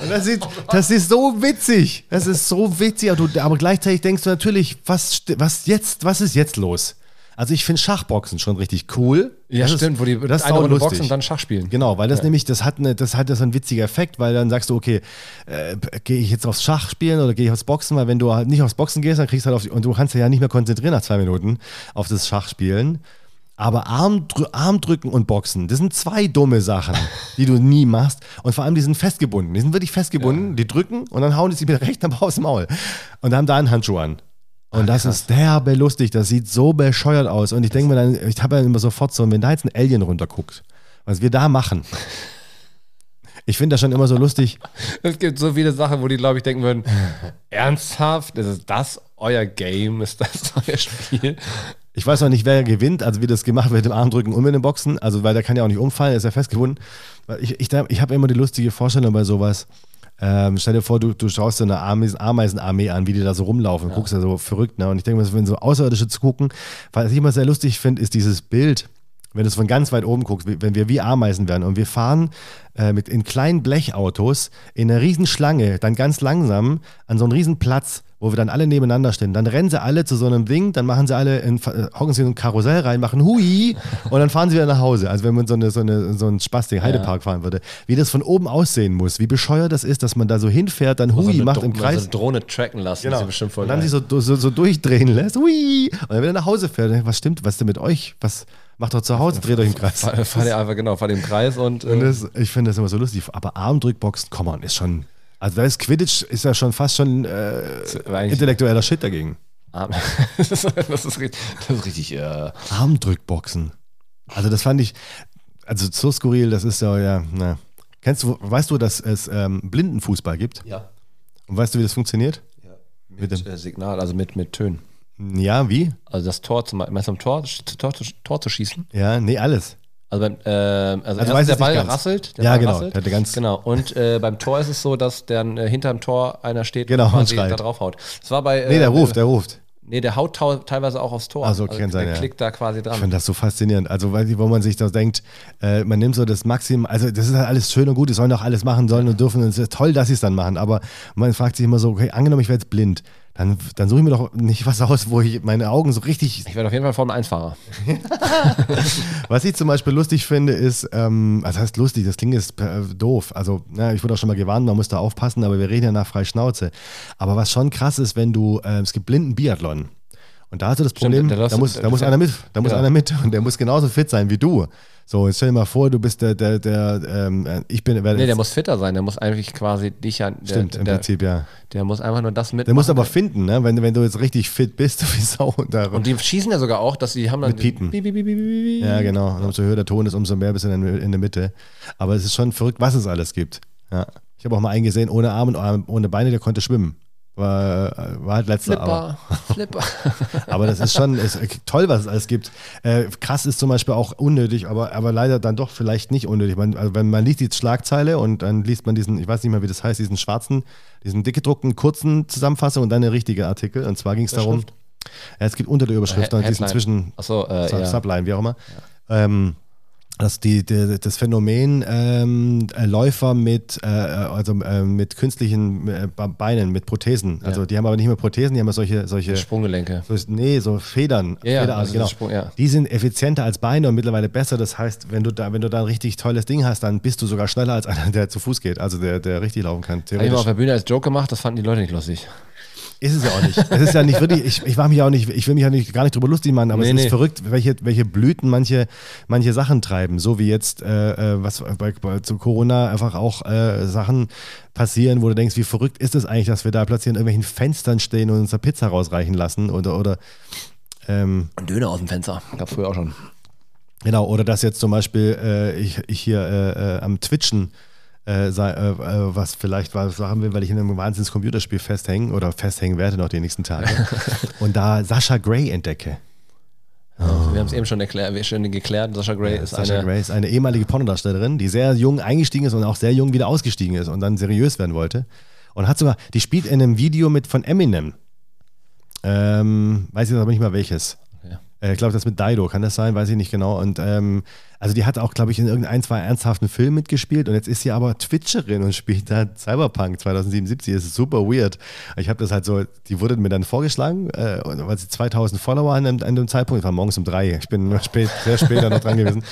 Speaker 1: Und Das, sieht, das ist so witzig. Das ist so witzig. Aber, du, aber gleichzeitig denkst du natürlich, was, st- was, jetzt, was ist jetzt los? Also ich finde Schachboxen schon richtig cool.
Speaker 2: Ja,
Speaker 1: das
Speaker 2: stimmt,
Speaker 1: ist,
Speaker 2: wo die
Speaker 1: das ist
Speaker 2: eine Runde
Speaker 1: saulustig.
Speaker 2: boxen und dann Schach spielen.
Speaker 1: Genau, weil das nämlich, das hat, eine, das hat so einen witzigen Effekt, weil dann sagst du, okay, äh, gehe ich jetzt aufs Schach spielen oder gehe ich aufs Boxen, weil wenn du halt nicht aufs Boxen gehst, dann kriegst du halt auf die, und du kannst dich ja nicht mehr konzentrieren nach zwei Minuten auf das Schachspielen. Aber Armdrü Armdrücken und Boxen, das sind zwei dumme Sachen, die du nie machst. Und vor allem, die sind festgebunden. Die sind wirklich festgebunden, die drücken und dann hauen die sich mit der rechten Hand aufs Maul. Und haben da einen Handschuh an. Und das ist derbe lustig, das sieht so bescheuert aus. Und ich denke mir dann, ich habe ja immer sofort so, wenn da jetzt ein Alien runterguckt, was wir da machen. Ich finde das schon immer so lustig.
Speaker 2: Es gibt so viele Sachen, wo die, glaube ich, denken würden: Ernsthaft? Ist das euer Game? Ist das euer Spiel?
Speaker 1: Ich weiß noch nicht, wer gewinnt, also wie das gemacht wird im Armdrücken und mit dem Boxen. Also, weil der kann ja auch nicht umfallen, er ist ja festgebunden. Weil Ich, ich, ich habe immer die lustige Vorstellung bei sowas. Äh, Ähm, stell dir vor, du, du schaust so eine Ameisen Ameisenarmee an, wie die da so rumlaufen, und guckst ja so verrückt. Ne? Und ich denke mir, so, wenn so Außerirdische zu gucken, was ich immer sehr lustig finde, ist dieses Bild, wenn du es von ganz weit oben guckst, wie- wenn wir wie Ameisen werden und wir fahren äh, mit in kleinen Blechautos in einer riesen Schlange, dann ganz langsam an so einen riesen Platz, wo wir dann alle nebeneinander stehen. Dann rennen sie alle zu so einem Ding, dann machen sie alle, in, äh, hocken sie in so ein Karussell rein, machen Hui und dann fahren sie wieder nach Hause. Also wenn man so, eine, so, eine, so einen Spastik Heidepark fahren würde. Wie das von oben aussehen muss, wie bescheuert das ist, dass man da so hinfährt, dann Hui
Speaker 2: eine
Speaker 1: macht
Speaker 2: Dro-
Speaker 1: im
Speaker 2: mal So
Speaker 1: Kreis.
Speaker 2: eine Drohne tracken lassen.
Speaker 1: Genau.
Speaker 2: Das ist bestimmt voll
Speaker 1: und dann
Speaker 2: geil.
Speaker 1: sich so, so, so durchdrehen lässt. Hui! Und dann wieder nach Hause fährt. Dann, Was stimmt? Was ist denn mit euch? Was macht doch zu Hause? Dreht euch im Kreis.
Speaker 2: fahr, fahr dir einfach, genau, fahr dir im Kreis und.
Speaker 1: Und
Speaker 2: Äh,
Speaker 1: das, ich finde das immer so lustig. Aber Armdrückboxen, come on, ist schon. Also da ist Quidditch ist ja schon fast schon äh,
Speaker 2: eigentlich-
Speaker 1: intellektueller Shit dagegen.
Speaker 2: Ah, das ist richtig. Das ist richtig äh,
Speaker 1: Armdrückboxen. Also das fand ich, also so skurril, das ist ja, ja, na. Kennst du, weißt du, dass es ähm, Blindenfußball gibt?
Speaker 2: ja.
Speaker 1: Und weißt du, wie das funktioniert?
Speaker 2: Mit, äh, Signal, also mit, mit Tönen.
Speaker 1: Ja, wie?
Speaker 2: Also das Tor zum meinst du am Tor, Tor, Tor, Tor zu schießen?
Speaker 1: Ja, nee, alles.
Speaker 2: Also beim ähm, also
Speaker 1: weiß
Speaker 2: erstens der
Speaker 1: es nicht
Speaker 2: Ball
Speaker 1: ganz.
Speaker 2: rasselt, der
Speaker 1: Ja,
Speaker 2: Ball
Speaker 1: genau,
Speaker 2: rasselt.
Speaker 1: der hat ganz-
Speaker 2: genau. Und äh, beim Tor ist es so, dass dann äh, hinterm Tor einer steht
Speaker 1: Genau, und
Speaker 2: quasi
Speaker 1: schreit.
Speaker 2: da drauf haut. Das war bei äh,
Speaker 1: Nee, der ruft, der ruft.
Speaker 2: Nee, der haut tau- teilweise auch aufs Tor. Also
Speaker 1: Ach so, kann sein,
Speaker 2: der
Speaker 1: ja.
Speaker 2: klickt da quasi
Speaker 1: Ich
Speaker 2: dran.
Speaker 1: finde das so faszinierend. Also, weil, wo man sich da denkt, äh, man nimmt so das Maximum, also das ist halt alles schön und gut, die sollen doch alles machen sollen und dürfen. Und es ist toll, dass sie es dann machen. Aber man fragt sich immer so, okay, angenommen, ich wäre jetzt blind, dann, dann suche ich mir doch nicht was aus, wo ich meine Augen so richtig.
Speaker 2: Ich werde auf jeden Fall vorne Einfahrer.
Speaker 1: Was ich zum Beispiel lustig finde, ist, ähm, also das heißt lustig, das klingt jetzt äh, doof. Also, na, ich wurde auch schon mal gewarnt, man muss da aufpassen, aber wir reden ja nach frei Schnauze. Aber was schon krass ist, wenn du, äh, es gibt blinden Biathlon. Und da hast du das Problem,
Speaker 2: da läufst
Speaker 1: da
Speaker 2: du-
Speaker 1: muss,
Speaker 2: da-
Speaker 1: da muss
Speaker 2: da-
Speaker 1: einer mit, da muss
Speaker 2: Ja.
Speaker 1: einer mit und der muss genauso fit sein wie du. So, jetzt stell dir mal vor, du bist der, der, der, ähm, äh, ich bin, werde
Speaker 2: Nee, der
Speaker 1: jetzt-
Speaker 2: muss fitter sein. Der muss eigentlich quasi dich ja. Der,
Speaker 1: stimmt, im
Speaker 2: der,
Speaker 1: Prinzip, ja.
Speaker 2: der muss einfach nur das mit.
Speaker 1: Der muss aber finden, ne? wenn, wenn du jetzt richtig fit bist, wie Sau und da
Speaker 2: Und die schießen ja sogar auch, dass die haben dann.
Speaker 1: Mit Piepen.
Speaker 2: Piep, piep, piep, piep, piep.
Speaker 1: Ja, genau. Und umso höher der Ton ist, umso mehr bist du in, der- in der Mitte. Aber es ist schon verrückt, was es alles gibt. Ja. Ich habe auch mal einen gesehen, ohne Arme und ohne Beine, der konnte schwimmen. War, äh, war halt letzter, aber,
Speaker 2: Flipper, Flipper.
Speaker 1: aber das ist schon ist, äh, toll, was es alles gibt. Äh, krass ist zum Beispiel auch unnötig, aber, aber leider dann doch vielleicht nicht unnötig. Man, also wenn man liest die Schlagzeile und dann liest man diesen, ich weiß nicht mehr, wie das heißt, diesen schwarzen, diesen dick gedruckten, kurzen Zusammenfassung und dann eine richtige Artikel. Und zwar ging es darum, ja, es gibt unter der Überschrift dann diesen
Speaker 2: Headline.
Speaker 1: zwischen,
Speaker 2: Achso, äh,
Speaker 1: Sub
Speaker 2: ja.
Speaker 1: Subline, wie auch immer. Ähm, dass die, die, das Phänomen ähm, äh, Läufer mit, äh, also, äh, mit künstlichen äh, Be- Beinen, mit Prothesen. Also die haben aber nicht mehr Prothesen, die haben ja solche, solche,
Speaker 2: Sprunggelenke.
Speaker 1: solche nee, so Federn.
Speaker 2: Ja, ja,
Speaker 1: Federarten,
Speaker 2: also
Speaker 1: genau.
Speaker 2: das Sprung- ja.
Speaker 1: Die sind effizienter als Beine und mittlerweile besser. Das heißt, wenn du da, wenn du da ein richtig tolles Ding hast, dann bist du sogar schneller als einer, der zu Fuß geht, also der, der richtig laufen kann.
Speaker 2: Habe ich mal
Speaker 1: Theoretisch.
Speaker 2: auf der Bühne als Joke gemacht, das fanden die Leute nicht lustig.
Speaker 1: Ist es ja auch nicht. Es ist ja nicht wirklich, ich, ich war mich auch nicht, ich will mich ja nicht, gar nicht drüber lustig machen, aber
Speaker 2: Nee,
Speaker 1: es ist
Speaker 2: nee.
Speaker 1: verrückt, welche, welche Blüten manche, manche Sachen treiben. So wie jetzt, äh, äh, was bei, bei, zu Corona einfach auch äh, Sachen passieren, wo du denkst, wie verrückt ist es eigentlich, dass wir da plötzlich in irgendwelchen Fenstern stehen und uns da Pizza rausreichen lassen oder, oder ähm,
Speaker 2: Ein Döner aus dem Fenster. Gab früher auch schon.
Speaker 1: Genau, oder dass jetzt zum Beispiel äh, ich, ich hier äh, äh, am Twitchen äh, sei, äh, äh, was vielleicht was sagen will, weil ich in einem wahnsinns Computerspiel festhängen oder festhängen werde noch die nächsten Tage und da Sascha Gray entdecke.
Speaker 2: Wir haben es eben schon, erklär, wir- schon geklärt. Sascha Gray ist
Speaker 1: Sascha
Speaker 2: eine.
Speaker 1: Gray ist eine ehemalige Pornodarstellerin, die sehr jung eingestiegen ist und auch sehr jung wieder ausgestiegen ist und dann seriös werden wollte. Und hat sogar, die spielt in einem Video mit von Eminem. Ähm, weiß jetzt aber nicht mal welches.
Speaker 2: Okay.
Speaker 1: Äh, Ich glaube, das mit Dido, kann das sein? Weiß ich nicht genau. Und ähm, also die hat auch, glaube ich, in irgendein, zwei ernsthaften Filmen mitgespielt und jetzt ist sie aber Twitcherin und spielt da Cyberpunk 2077. Das ist super weird. Ich habe das halt so, die wurde mir dann vorgeschlagen, äh, und- weil sie 2000 Follower an dem, an dem Zeitpunkt, ich war morgens um drei, ich bin spät, sehr später noch dran gewesen.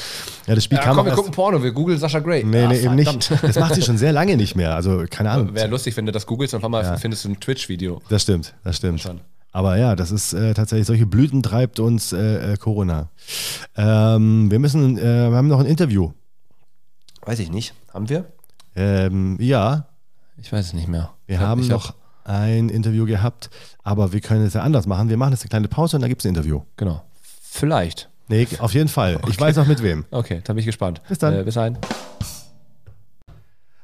Speaker 1: Ja, das Spiel
Speaker 2: Ja,
Speaker 1: kam
Speaker 2: komm, wir
Speaker 1: auch
Speaker 2: gucken
Speaker 1: erst,
Speaker 2: Porno, wir googeln Sascha Gray.
Speaker 1: Nee,
Speaker 2: Ah,
Speaker 1: nee, eben nicht.
Speaker 2: verdammt.
Speaker 1: Das macht sie schon sehr lange nicht mehr. Also, keine Ahnung.
Speaker 2: Wäre lustig, wenn du das googelst und auf einmal findest du ein Twitch-Video.
Speaker 1: Das stimmt, das stimmt.
Speaker 2: Schon.
Speaker 1: Aber ja, das ist äh, tatsächlich, solche Blüten treibt uns äh, äh, Corona. Ähm, wir müssen, äh, wir haben noch ein Interview.
Speaker 2: Weiß ich nicht. Haben wir?
Speaker 1: Ähm, ja,
Speaker 2: Ich weiß es nicht mehr.
Speaker 1: wir
Speaker 2: Ich hab-
Speaker 1: haben
Speaker 2: ich
Speaker 1: noch ein Interview gehabt, aber wir können es ja anders machen. Wir machen jetzt eine kleine Pause und dann gibt es ein Interview.
Speaker 2: Hab, genau. Vielleicht.
Speaker 1: Nee, auf jeden Fall. Ich weiß noch mit wem.
Speaker 2: Okay, da bin ich gespannt.
Speaker 1: Bis dann.
Speaker 2: Äh, bis dann.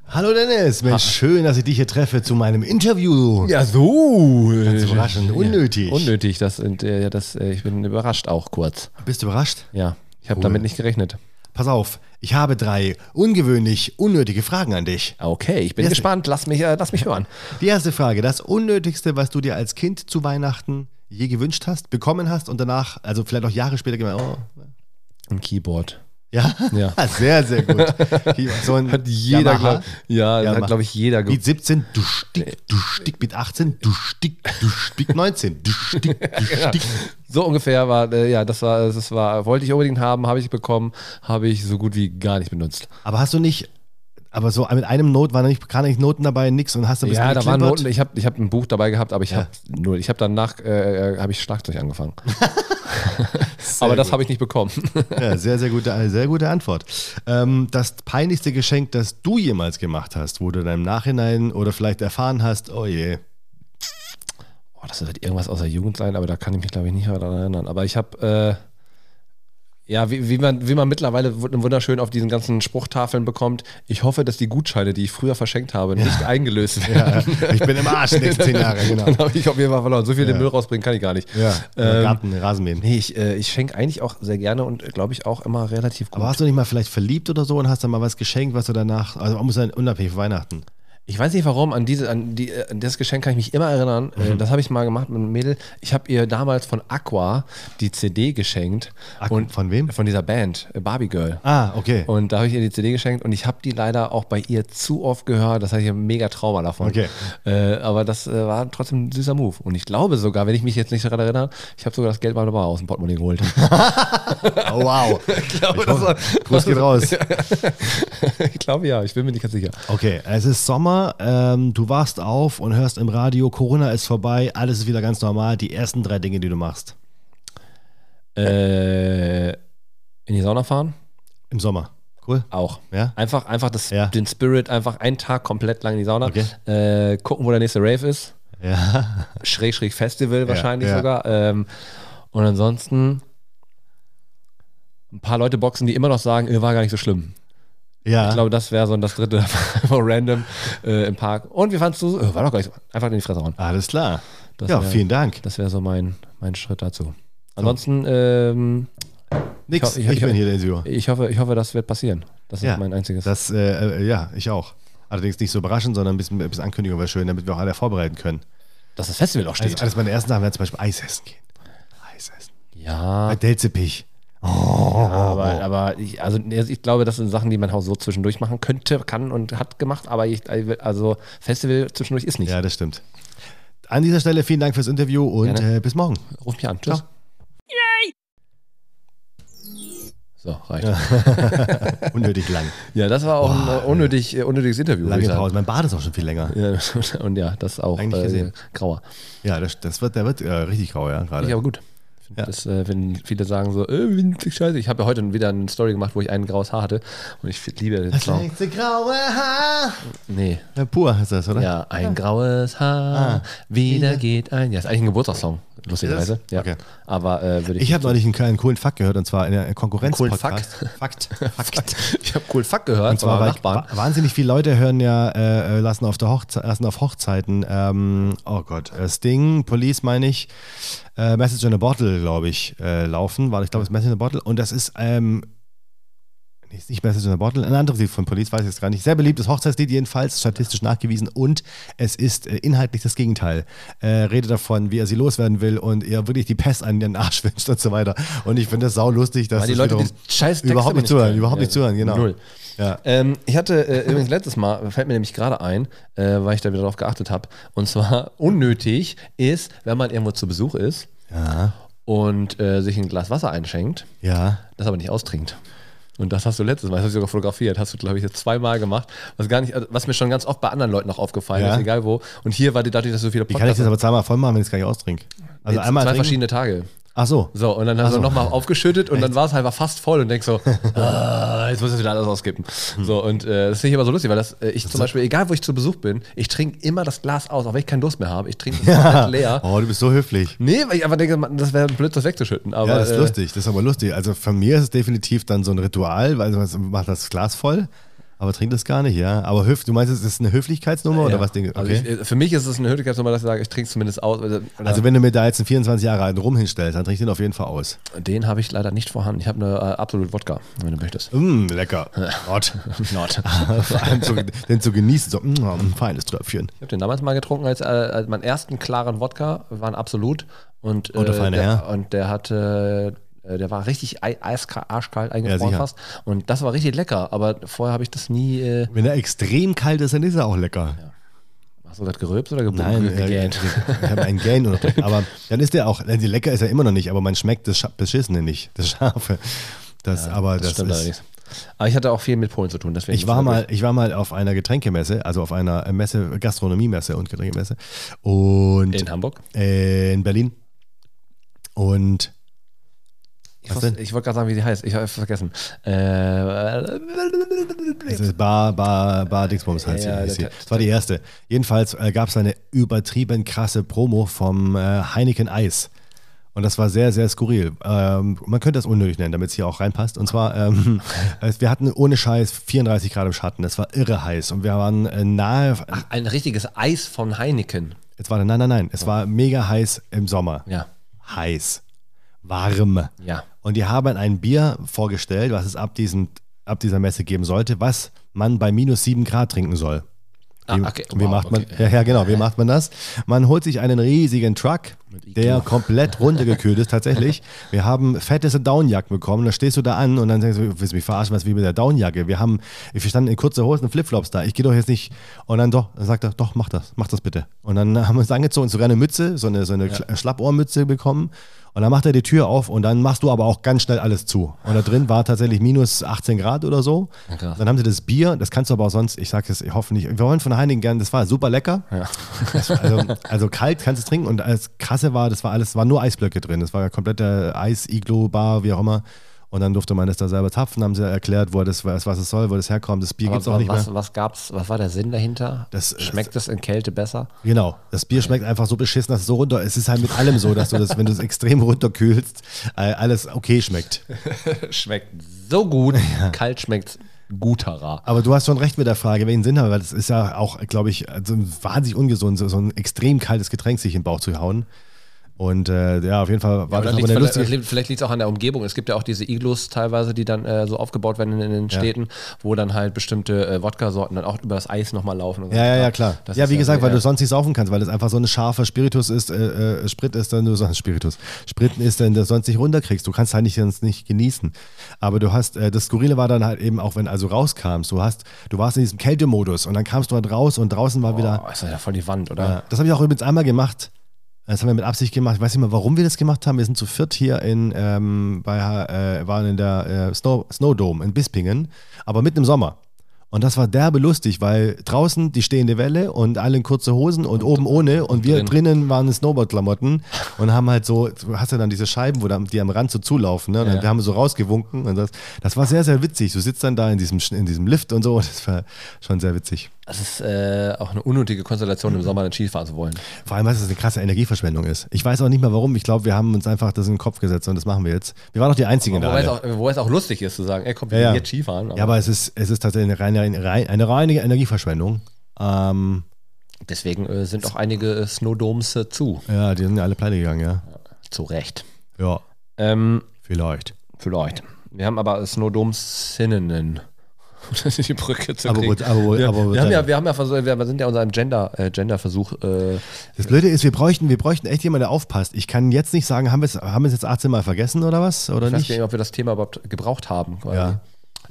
Speaker 1: Hallo Dennis, Mensch, schön, dass ich dich hier treffe zu meinem Interview.
Speaker 2: Ja, so. Ganz
Speaker 1: überraschend, Äh, unnötig.
Speaker 2: Unnötig, das, sind, äh, ja, das, äh, ich bin überrascht auch kurz.
Speaker 1: Bist du überrascht?
Speaker 2: Ja, ich habe
Speaker 1: Cool.
Speaker 2: damit nicht gerechnet.
Speaker 1: pass auf, ich habe drei ungewöhnlich unnötige Fragen an dich.
Speaker 2: Okay, ich bin
Speaker 1: Yes.
Speaker 2: gespannt. Lass mich, äh, lass mich hören.
Speaker 1: Die erste Frage, das Unnötigste, was du dir als Kind zu Weihnachten je gewünscht hast, bekommen hast und danach, also vielleicht auch Jahre später, gemeint, oh,
Speaker 2: Ein Keyboard.
Speaker 1: ja,
Speaker 2: Ja.
Speaker 1: sehr, sehr gut. Hier, so ein
Speaker 2: Hat jeder,
Speaker 1: Yamaha,
Speaker 2: glaube ja,
Speaker 1: Ja,
Speaker 2: hat,
Speaker 1: mach.
Speaker 2: glaube ich, jeder ge
Speaker 1: Beat 17, du stick, du stick, Beat 18, du stick, du stick 19, du stick, du stick.
Speaker 2: So ungefähr war, äh, ja, das war, das war, wollte ich unbedingt haben, habe ich bekommen, habe ich so gut wie gar nicht benutzt.
Speaker 1: Aber hast du nicht, aber so mit einem Not waren da nicht, gar nicht Noten dabei, nix und hast du ein bisschen
Speaker 2: ja, da waren
Speaker 1: geklimpert?
Speaker 2: Noten, ich habe ich hab ein Buch dabei gehabt, aber ich
Speaker 1: Ja.
Speaker 2: habe null. Ich habe danach, äh, habe ich Schlagzeug angefangen. aber das
Speaker 1: gut.
Speaker 2: habe ich nicht bekommen.
Speaker 1: Ja, sehr, sehr gute, eine sehr gute Antwort. Ähm, das peinlichste Geschenk, das du jemals gemacht hast, wo du dann im Nachhinein oder vielleicht erfahren hast, oh je,
Speaker 2: Boah, das wird irgendwas aus der Jugend sein, aber da kann ich mich, glaube ich, nicht mehr daran erinnern. Aber ich habe, äh, ja, wie, wie, man, wie man mittlerweile wund- wunderschön auf diesen ganzen Spruchtafeln bekommt, ich hoffe, dass die Gutscheine, die ich früher verschenkt habe, nicht eingelöst werden.
Speaker 1: ja, ich bin im Arsch die nächsten zehn Jahre, genau.
Speaker 2: Dann habe ich auf jeden Fall verloren. So viel den Müll rausbringen kann ich gar nicht.
Speaker 1: Ja,
Speaker 2: Ähm,
Speaker 1: Garten, Rasenmähen.
Speaker 2: Nee, ich, äh, ich schenke eigentlich auch sehr gerne und glaube ich auch immer relativ gut.
Speaker 1: Aber warst du nicht mal vielleicht verliebt oder so und hast dann mal was geschenkt, was du danach, also man muss sein, unabhängig von Weihnachten.
Speaker 2: ich weiß nicht warum, an, diese, an, die, äh, an das Geschenk kann ich mich immer erinnern.
Speaker 1: Mhm.
Speaker 2: Äh, das habe ich mal gemacht mit einem Mädel. Ich habe ihr damals von Aqua die CD geschenkt.
Speaker 1: Ak-
Speaker 2: und
Speaker 1: von wem?
Speaker 2: Von dieser Band, äh, Barbie Girl.
Speaker 1: Ah, okay.
Speaker 2: Und da habe ich ihr die CD geschenkt und ich habe die leider auch bei ihr zu oft gehört. Das hatte ich ein mega Trauma davon.
Speaker 1: Okay.
Speaker 2: Äh, aber das äh, war trotzdem ein süßer Move. Und ich glaube sogar, wenn ich mich jetzt nicht daran erinnere, ich habe sogar das Geld mal nochmal aus dem Portemonnaie geholt.
Speaker 1: Oh, wow.
Speaker 2: ich glaube,
Speaker 1: Ich hoffe, Gruß geht raus.
Speaker 2: ich glaube ja, ich bin mir nicht ganz sicher.
Speaker 1: Okay, es ist Sommer, ähm, du wachst auf und hörst im Radio, Corona ist vorbei, alles ist wieder ganz normal. Die ersten drei Dinge, die du machst
Speaker 2: Äh, in die Sauna fahren?
Speaker 1: im Sommer. Cool,
Speaker 2: Auch.
Speaker 1: ja?
Speaker 2: Einfach, einfach das,
Speaker 1: Ja.
Speaker 2: den Spirit, einfach einen Tag komplett lang in die Sauna.
Speaker 1: Okay.
Speaker 2: Äh, gucken, wo der nächste Rave ist.
Speaker 1: Ja.
Speaker 2: Schräg, schräg Festival wahrscheinlich
Speaker 1: ja.
Speaker 2: sogar. Ähm, und ansonsten ein paar Leute boxen, die immer noch sagen, äh, war gar nicht so schlimm.
Speaker 1: Ja.
Speaker 2: Ich glaube, das wäre so das dritte einfach random äh, im Park. Und wie fandst du? Äh, war doch gar nicht so. Einfach in die Fresse hauen.
Speaker 1: Alles klar.
Speaker 2: Das
Speaker 1: ja,
Speaker 2: wär-
Speaker 1: vielen Dank.
Speaker 2: Das wäre so mein, mein Schritt dazu. Ansonsten, ähm,
Speaker 1: Nix,
Speaker 2: Ich
Speaker 1: ich,
Speaker 2: ho- ich ho-
Speaker 1: bin hier der Interviewer.
Speaker 2: ich, hoffe, ich hoffe, das wird passieren. Das
Speaker 1: Ja.
Speaker 2: ist mein einziges.
Speaker 1: Das, äh, äh, ja, ich auch. Allerdings nicht so überraschend, sondern ein bisschen, ein bisschen Ankündigung wäre schön, damit wir auch alle vorbereiten können.
Speaker 2: dass das Festival auch
Speaker 1: Also, eines meiner ersten Sachen wäre zum Beispiel Eis essen gehen. Eis essen.
Speaker 2: ja,
Speaker 1: Bei Delzepich.
Speaker 2: aber, aber ich, also, nee, ich glaube, das sind Sachen, die man auch so zwischendurch machen könnte, kann und hat gemacht. Aber ich, also Festival zwischendurch ist nicht.
Speaker 1: Ja, das stimmt. An dieser Stelle vielen Dank fürs Interview und
Speaker 2: Gerne.
Speaker 1: äh, bis morgen.
Speaker 2: Ruf mich an. Tschüss. So, reicht. Ja,
Speaker 1: Unnötig lang.
Speaker 2: das war auch ein äh, unnötig, äh, unnötiges Interview.
Speaker 1: Lange
Speaker 2: würde
Speaker 1: Pause. Mein Bad ist auch schon viel länger.
Speaker 2: ich sagen. Ja, und ja, das auch
Speaker 1: Eigentlich
Speaker 2: äh,
Speaker 1: gesehen.
Speaker 2: grauer.
Speaker 1: Ja, das, das wird, der wird äh, richtig grau, ja,
Speaker 2: Ich
Speaker 1: gerade.
Speaker 2: aber gut. Das, äh, wenn viele sagen so, äh, wie- scheiße, ich habe ja heute wieder eine Story gemacht, wo ich einen graues Haar hatte und ich liebe den
Speaker 1: Das
Speaker 2: Song.
Speaker 1: längste graue Haar.
Speaker 2: Nee,
Speaker 1: Ja, pur heißt das, oder?
Speaker 2: ja, ein graues Haar,
Speaker 1: Ah.
Speaker 2: wieder
Speaker 1: Wieder.
Speaker 2: geht ein. Ja, ist eigentlich ein Geburtstagssong, lustigerweise.
Speaker 1: Ist es?
Speaker 2: Ja.
Speaker 1: Okay.
Speaker 2: Aber äh, würde ich.
Speaker 1: Ich habe neulich einen kleinen coolen Fakt gehört, und zwar in der konkurrenz
Speaker 2: Coolen
Speaker 1: Fakt. Fakt.
Speaker 2: ich habe cool Fuck gehört
Speaker 1: Und zwar
Speaker 2: von meinem
Speaker 1: war
Speaker 2: Nachbarn.
Speaker 1: wa- wahnsinnig viele Leute hören ja, äh, äh, lassen, auf der Hochze lassen auf Hochzeiten, ähm, oh Gott, äh, Sting, Police meine ich, äh, Message in a Bottle, glaube ich, äh, laufen, weil ich glaube, es ist Message in a Bottle und das ist, ähm, nee, ist nicht Message in a Bottle, ein anderes Lied von Police, weiß ich jetzt gar nicht, sehr beliebtes Hochzeitslied jedenfalls, statistisch nachgewiesen und es ist äh, inhaltlich das Gegenteil. Äh, Rede davon, wie er sie loswerden will und ihr wirklich die Pest an den Arsch wünscht und so weiter und ich finde das saulustig, dass
Speaker 2: Weil die
Speaker 1: das
Speaker 2: Leute
Speaker 1: wiederum-
Speaker 2: die scheiß Texte
Speaker 1: überhaupt
Speaker 2: immer
Speaker 1: nicht zuhören,
Speaker 2: kennen.
Speaker 1: überhaupt
Speaker 2: Ja,
Speaker 1: nicht zuhören, genau.
Speaker 2: Null.
Speaker 1: Ja.
Speaker 2: Ähm, ich hatte äh, übrigens letztes Mal, fällt mir nämlich gerade ein, äh, weil ich da wieder drauf geachtet habe, und zwar unnötig ist, wenn man irgendwo zu Besuch ist
Speaker 1: Ja.
Speaker 2: und äh, sich ein Glas Wasser einschenkt,
Speaker 1: Ja.
Speaker 2: das aber nicht austrinkt. Und das hast du letztes Mal, das hast du sogar fotografiert, hast du, glaube ich, jetzt zweimal gemacht, was gar nicht, also was mir schon ganz oft bei anderen Leuten auch aufgefallen
Speaker 1: Ja.
Speaker 2: ist, egal wo. Und hier war die dadurch, dass du viele
Speaker 1: Wie kann ich
Speaker 2: Podcasts
Speaker 1: das aber zweimal voll machen, wenn ich es gar nicht austrinke? Also
Speaker 2: Jetzt
Speaker 1: einmal
Speaker 2: zwei
Speaker 1: trinken.
Speaker 2: verschiedene Tage.
Speaker 1: Ach so.
Speaker 2: So, und dann hast du
Speaker 1: so.
Speaker 2: nochmal aufgeschüttet und dann war es halt fast voll und denkst so, ah, jetzt muss ich wieder alles auskippen.
Speaker 1: Hm.
Speaker 2: So, und äh, das finde ich aber so lustig, weil das, äh, ich zum Beispiel, egal wo ich zu Besuch bin, ich trinke immer das Glas aus, auch wenn ich keinen Durst mehr habe. Ich trinke es komplett leer.
Speaker 1: Oh, du bist so höflich.
Speaker 2: Nee, weil ich einfach denke, man, das wäre blöd, das wegzuschütten. Aber,
Speaker 1: Ja, das ist
Speaker 2: äh,
Speaker 1: lustig. Das ist aber lustig. Also von mir ist es definitiv dann so ein Ritual, weil man macht das Glas voll. Aber trinkt das gar nicht, ja. Aber höf, du meinst, es ist eine Höflichkeitsnummer Oh, oder
Speaker 2: Ja.
Speaker 1: was? Denk, okay.
Speaker 2: Also ich, äh, für mich ist es eine Höflichkeitsnummer, dass ich sage, ich trinke es zumindest aus. Oder,
Speaker 1: also wenn du mir da jetzt einen 24 Jahre alten Rum hinstellst, dann trinkt den auf jeden Fall aus.
Speaker 2: äh, den habe ich leider nicht vorhanden. Ich habe eine äh, Absolut Wodka, wenn du möchtest.
Speaker 1: Mm, lecker. Gott.
Speaker 2: Not.
Speaker 1: Vor allem zu, den zu genießen, so mm, ein feines Tröpfchen.
Speaker 2: Ich habe den damals mal getrunken, als, äh, als meinen ersten klaren Wodka waren absolut. Und, äh,
Speaker 1: der feine
Speaker 2: der,
Speaker 1: Herr.
Speaker 2: und der hatte, äh, der war richtig ei- eiska- arschkalt eingefroren
Speaker 1: sicher.
Speaker 2: fast. Und das war richtig lecker, aber vorher habe ich das nie. Äh,
Speaker 1: Wenn er extrem kalt ist, dann ist er auch lecker.
Speaker 2: hast du das gerülpst oder
Speaker 1: Nein,
Speaker 2: gebunden?
Speaker 1: äh, ich habe einen Gain unterdrückt. Aber dann ist der auch, äh, lecker ist er immer noch nicht, aber man schmeckt das Scha- Beschissene nicht, das Scharfe. Das, aber
Speaker 2: das
Speaker 1: das,
Speaker 2: stimmt
Speaker 1: ist,
Speaker 2: allerdings. Aber ich hatte auch viel mit Polen zu tun. Deswegen
Speaker 1: Ich war, mal, ich war mal auf einer Getränkemesse, also auf einer Messe, Gastronomiemesse und Getränkemesse. Und
Speaker 2: in Hamburg.
Speaker 1: äh, in Berlin. Und
Speaker 2: Ich,
Speaker 1: Was
Speaker 2: wusste-
Speaker 1: denn?
Speaker 2: ich wollte gerade sagen, wie die heißt. Ich habe vergessen. Äh,
Speaker 1: es ist Bar, Bar, Bar Dingsbums heißt
Speaker 2: Ja,
Speaker 1: sie.
Speaker 2: ja,
Speaker 1: hieß sie.
Speaker 2: der-
Speaker 1: Das war die erste. Jedenfalls äh, gab es eine übertrieben krasse Promo vom äh, Heineken Eis. Und das war sehr, sehr skurril. Ähm, man könnte das unnötig nennen, damit es hier auch reinpasst. Und zwar, ähm, es- wir hatten ohne Scheiß 34 Grad im Schatten. Es war irre heiß. Und wir waren äh, nahe,
Speaker 2: ein richtiges Eis von Heineken.
Speaker 1: Jetzt warte, nein, nein, nein. Es war mega heiß im Sommer.
Speaker 2: Ja.
Speaker 1: Heiß. Warm.
Speaker 2: Ja.
Speaker 1: Und die haben ein Bier vorgestellt, was es ab, diesem, ab dieser Messe geben sollte, was man bei minus 7 Grad trinken soll.
Speaker 2: Ah,
Speaker 1: Wie,
Speaker 2: okay.
Speaker 1: wie
Speaker 2: Wow,
Speaker 1: macht man,
Speaker 2: okay.
Speaker 1: ja, ja, genau, wie macht man das? Man holt sich einen riesigen Truck, der komplett runtergekühlt ist, tatsächlich. Wir haben fetteste Downjacken bekommen, da stehst du da an und dann sagst du, willst du mich verarschen, was wie mit der Downjacke? Wir haben, wir standen in kurzer Hose und Flipflops da, ich gehe doch jetzt nicht. Und dann doch, dann sagt er, doch, mach das, mach das bitte. Und dann haben wir uns angezogen, sogar eine Mütze, so eine, so eine Schla- Schlappohrmütze bekommen. Und dann macht er die Tür auf und dann machst du aber auch ganz schnell alles zu. Und da drin war tatsächlich minus 18 Grad oder so.
Speaker 2: krass.
Speaker 1: Dann haben sie das Bier, das kannst du aber auch sonst, ich sage es, ich hoffe nicht. Wir wollen von Heineken gern, das war super lecker.
Speaker 2: Ja.
Speaker 1: Das war Also, also kalt kannst du es trinken und als krasse war, das war alles, waren nur Eisblöcke drin. Das war ja komplette Eis, Iglo, Bar, wie auch immer. Und dann durfte man das da selber tapfen, haben sie erklärt, wo das, was es soll, wo das herkommt. Das Bier
Speaker 2: Aber
Speaker 1: gibt es auch nicht
Speaker 2: was,
Speaker 1: mehr.
Speaker 2: was gab's, was war der Sinn dahinter?
Speaker 1: Das- äh,
Speaker 2: Schmeckt es in Kälte besser?
Speaker 1: Genau. Das Bier schmeckt einfach so beschissen, dass es so runter. Es ist halt mit allem so, dass du das, wenn du es extrem runterkühlst, äh, alles okay schmeckt.
Speaker 2: Schmeckt so gut, kalt schmeckt guterer.
Speaker 1: Aber du hast schon recht mit der Frage, welchen Sinn haben, weil das ist ja auch, glaube ich, also wahnsinnig ungesund, so, so ein extrem kaltes Getränk sich in den Bauch zu hauen. Und äh, ja, auf jeden Fall war das aber eine lustige.
Speaker 2: vielleicht liegt es auch an der Umgebung. Es gibt ja auch diese Iglos teilweise, die dann äh, so aufgebaut werden in, in den Städten, wo dann halt bestimmte äh, Wodka-Sorten dann auch über das Eis nochmal laufen. Und so
Speaker 1: Ja, ja, ja,
Speaker 2: weiter.
Speaker 1: klar.
Speaker 2: Das
Speaker 1: ja,
Speaker 2: ist
Speaker 1: wie gesagt, weil
Speaker 2: sehr-
Speaker 1: du sonst nicht saufen kannst, weil das einfach so eine scharfe Spiritus ist, äh, äh, Sprit ist, dann du sagst Spiritus. Spriten ist, dann du sonst nicht runterkriegst. Du kannst halt nicht, sonst nicht genießen. Aber du hast, äh, das Skurrile war dann halt eben auch, wenn also rauskamst, du hast, du warst in diesem Kältemodus und dann kamst du halt raus und draußen war wieder
Speaker 2: Oh, ist ja voll die Wand, oder?
Speaker 1: Ja. Das habe ich auch übrigens einmal gemacht. Das haben wir mit Absicht gemacht. Ich weiß nicht mal, warum wir das gemacht haben. Wir sind zu viert hier in, ähm, bei, äh, waren in der äh, Snow, Snowdome in Bispingen, aber mitten im Sommer. Und das war derbe lustig, weil draußen die stehende Welle und alle in kurze Hosen und, oben ohne und wir
Speaker 2: drin.
Speaker 1: drinnen waren in Snowboard-Klamotten und haben halt so, du hast ja dann diese Scheiben, wo da, die am Rand so zulaufen, ne? Und dann
Speaker 2: Ja.
Speaker 1: wir haben so rausgewunken und das, das war sehr, sehr witzig. Du sitzt dann da in diesem, in diesem Lift und so, das war schon sehr witzig.
Speaker 2: Das ist äh, auch eine unnötige Konstellation, im Sommer dann Skifahren zu wollen.
Speaker 1: Vor allem, weil es eine krasse Energieverschwendung ist. Ich weiß auch nicht mehr warum. Ich glaube, wir haben uns einfach das in den Kopf gesetzt und das machen wir jetzt. Wir waren doch die Einzigen da.
Speaker 2: Wobei es,
Speaker 1: alle.
Speaker 2: auch, wobei es auch lustig ist zu sagen, ey komm, wir
Speaker 1: Ja,
Speaker 2: gehen
Speaker 1: ja.
Speaker 2: jetzt Skifahren.
Speaker 1: ja, aber es ist, es ist tatsächlich eine reine, rein- eine reine Energieverschwendung. Ähm,
Speaker 2: deswegen äh, sind auch einige äh, Snowdomes äh, zu.
Speaker 1: ja, die sind ja alle pleite gegangen, ja.
Speaker 2: Zu Recht.
Speaker 1: Ja,
Speaker 2: Ähm,
Speaker 1: vielleicht.
Speaker 2: vielleicht. Wir haben aber Snowdomes Synonym. Um die Brücke zu
Speaker 1: Aber
Speaker 2: kriegen.
Speaker 1: gut, aber gut,
Speaker 2: wir,
Speaker 1: aber gut,
Speaker 2: wir, haben
Speaker 1: dann-
Speaker 2: ja, wir haben ja versucht, wir sind ja unserem Gender, äh, Genderversuch. Äh,
Speaker 1: Das Blöde ist, wir bräuchten, wir bräuchten echt jemanden, der aufpasst. Ich kann jetzt nicht sagen, haben wir es haben wir es jetzt 18 Mal vergessen oder was? Oder
Speaker 2: ich weiß gar
Speaker 1: nicht?
Speaker 2: nicht, ob wir das Thema überhaupt gebraucht haben. Quasi.
Speaker 1: Ja.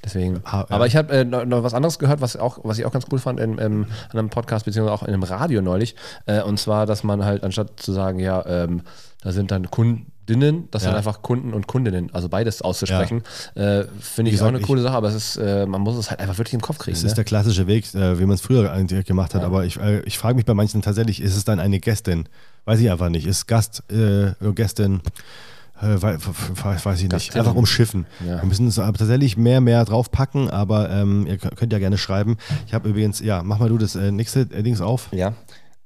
Speaker 2: Deswegen.
Speaker 1: Ha- ja.
Speaker 2: Aber ich habe äh, noch, noch was anderes gehört, was, auch, was ich auch ganz cool fand in, ähm, an einem Podcast, beziehungsweise auch in einem Radio neulich. Äh, und zwar, dass man halt, anstatt zu sagen, ja, ähm, da sind dann Kundinnen, das sind einfach Kunden und Kundinnen, also beides auszusprechen, äh, finde ich auch
Speaker 1: gesagt,
Speaker 2: eine
Speaker 1: ich-
Speaker 2: coole Sache, aber es ist, äh, man muss es halt einfach wirklich im Kopf kriegen.
Speaker 1: Das
Speaker 2: ne?
Speaker 1: ist der klassische Weg, äh, wie man es früher eigentlich gemacht hat. Aber ich, äh, ich frage mich bei manchen tatsächlich, ist es dann eine Gästin? Weiß ich einfach nicht. Ist Gast, äh, Gästin, äh, wei- weiß, weiß ich nicht.
Speaker 2: Gastin.
Speaker 1: Einfach umschiffen.
Speaker 2: Ja.
Speaker 1: Wir müssen es aber tatsächlich mehr, mehr draufpacken, aber ähm, ihr kö- könnt ja gerne schreiben. Ich habe übrigens, ja, mach mal du das äh, nächste äh, Dings auf.
Speaker 2: Ja.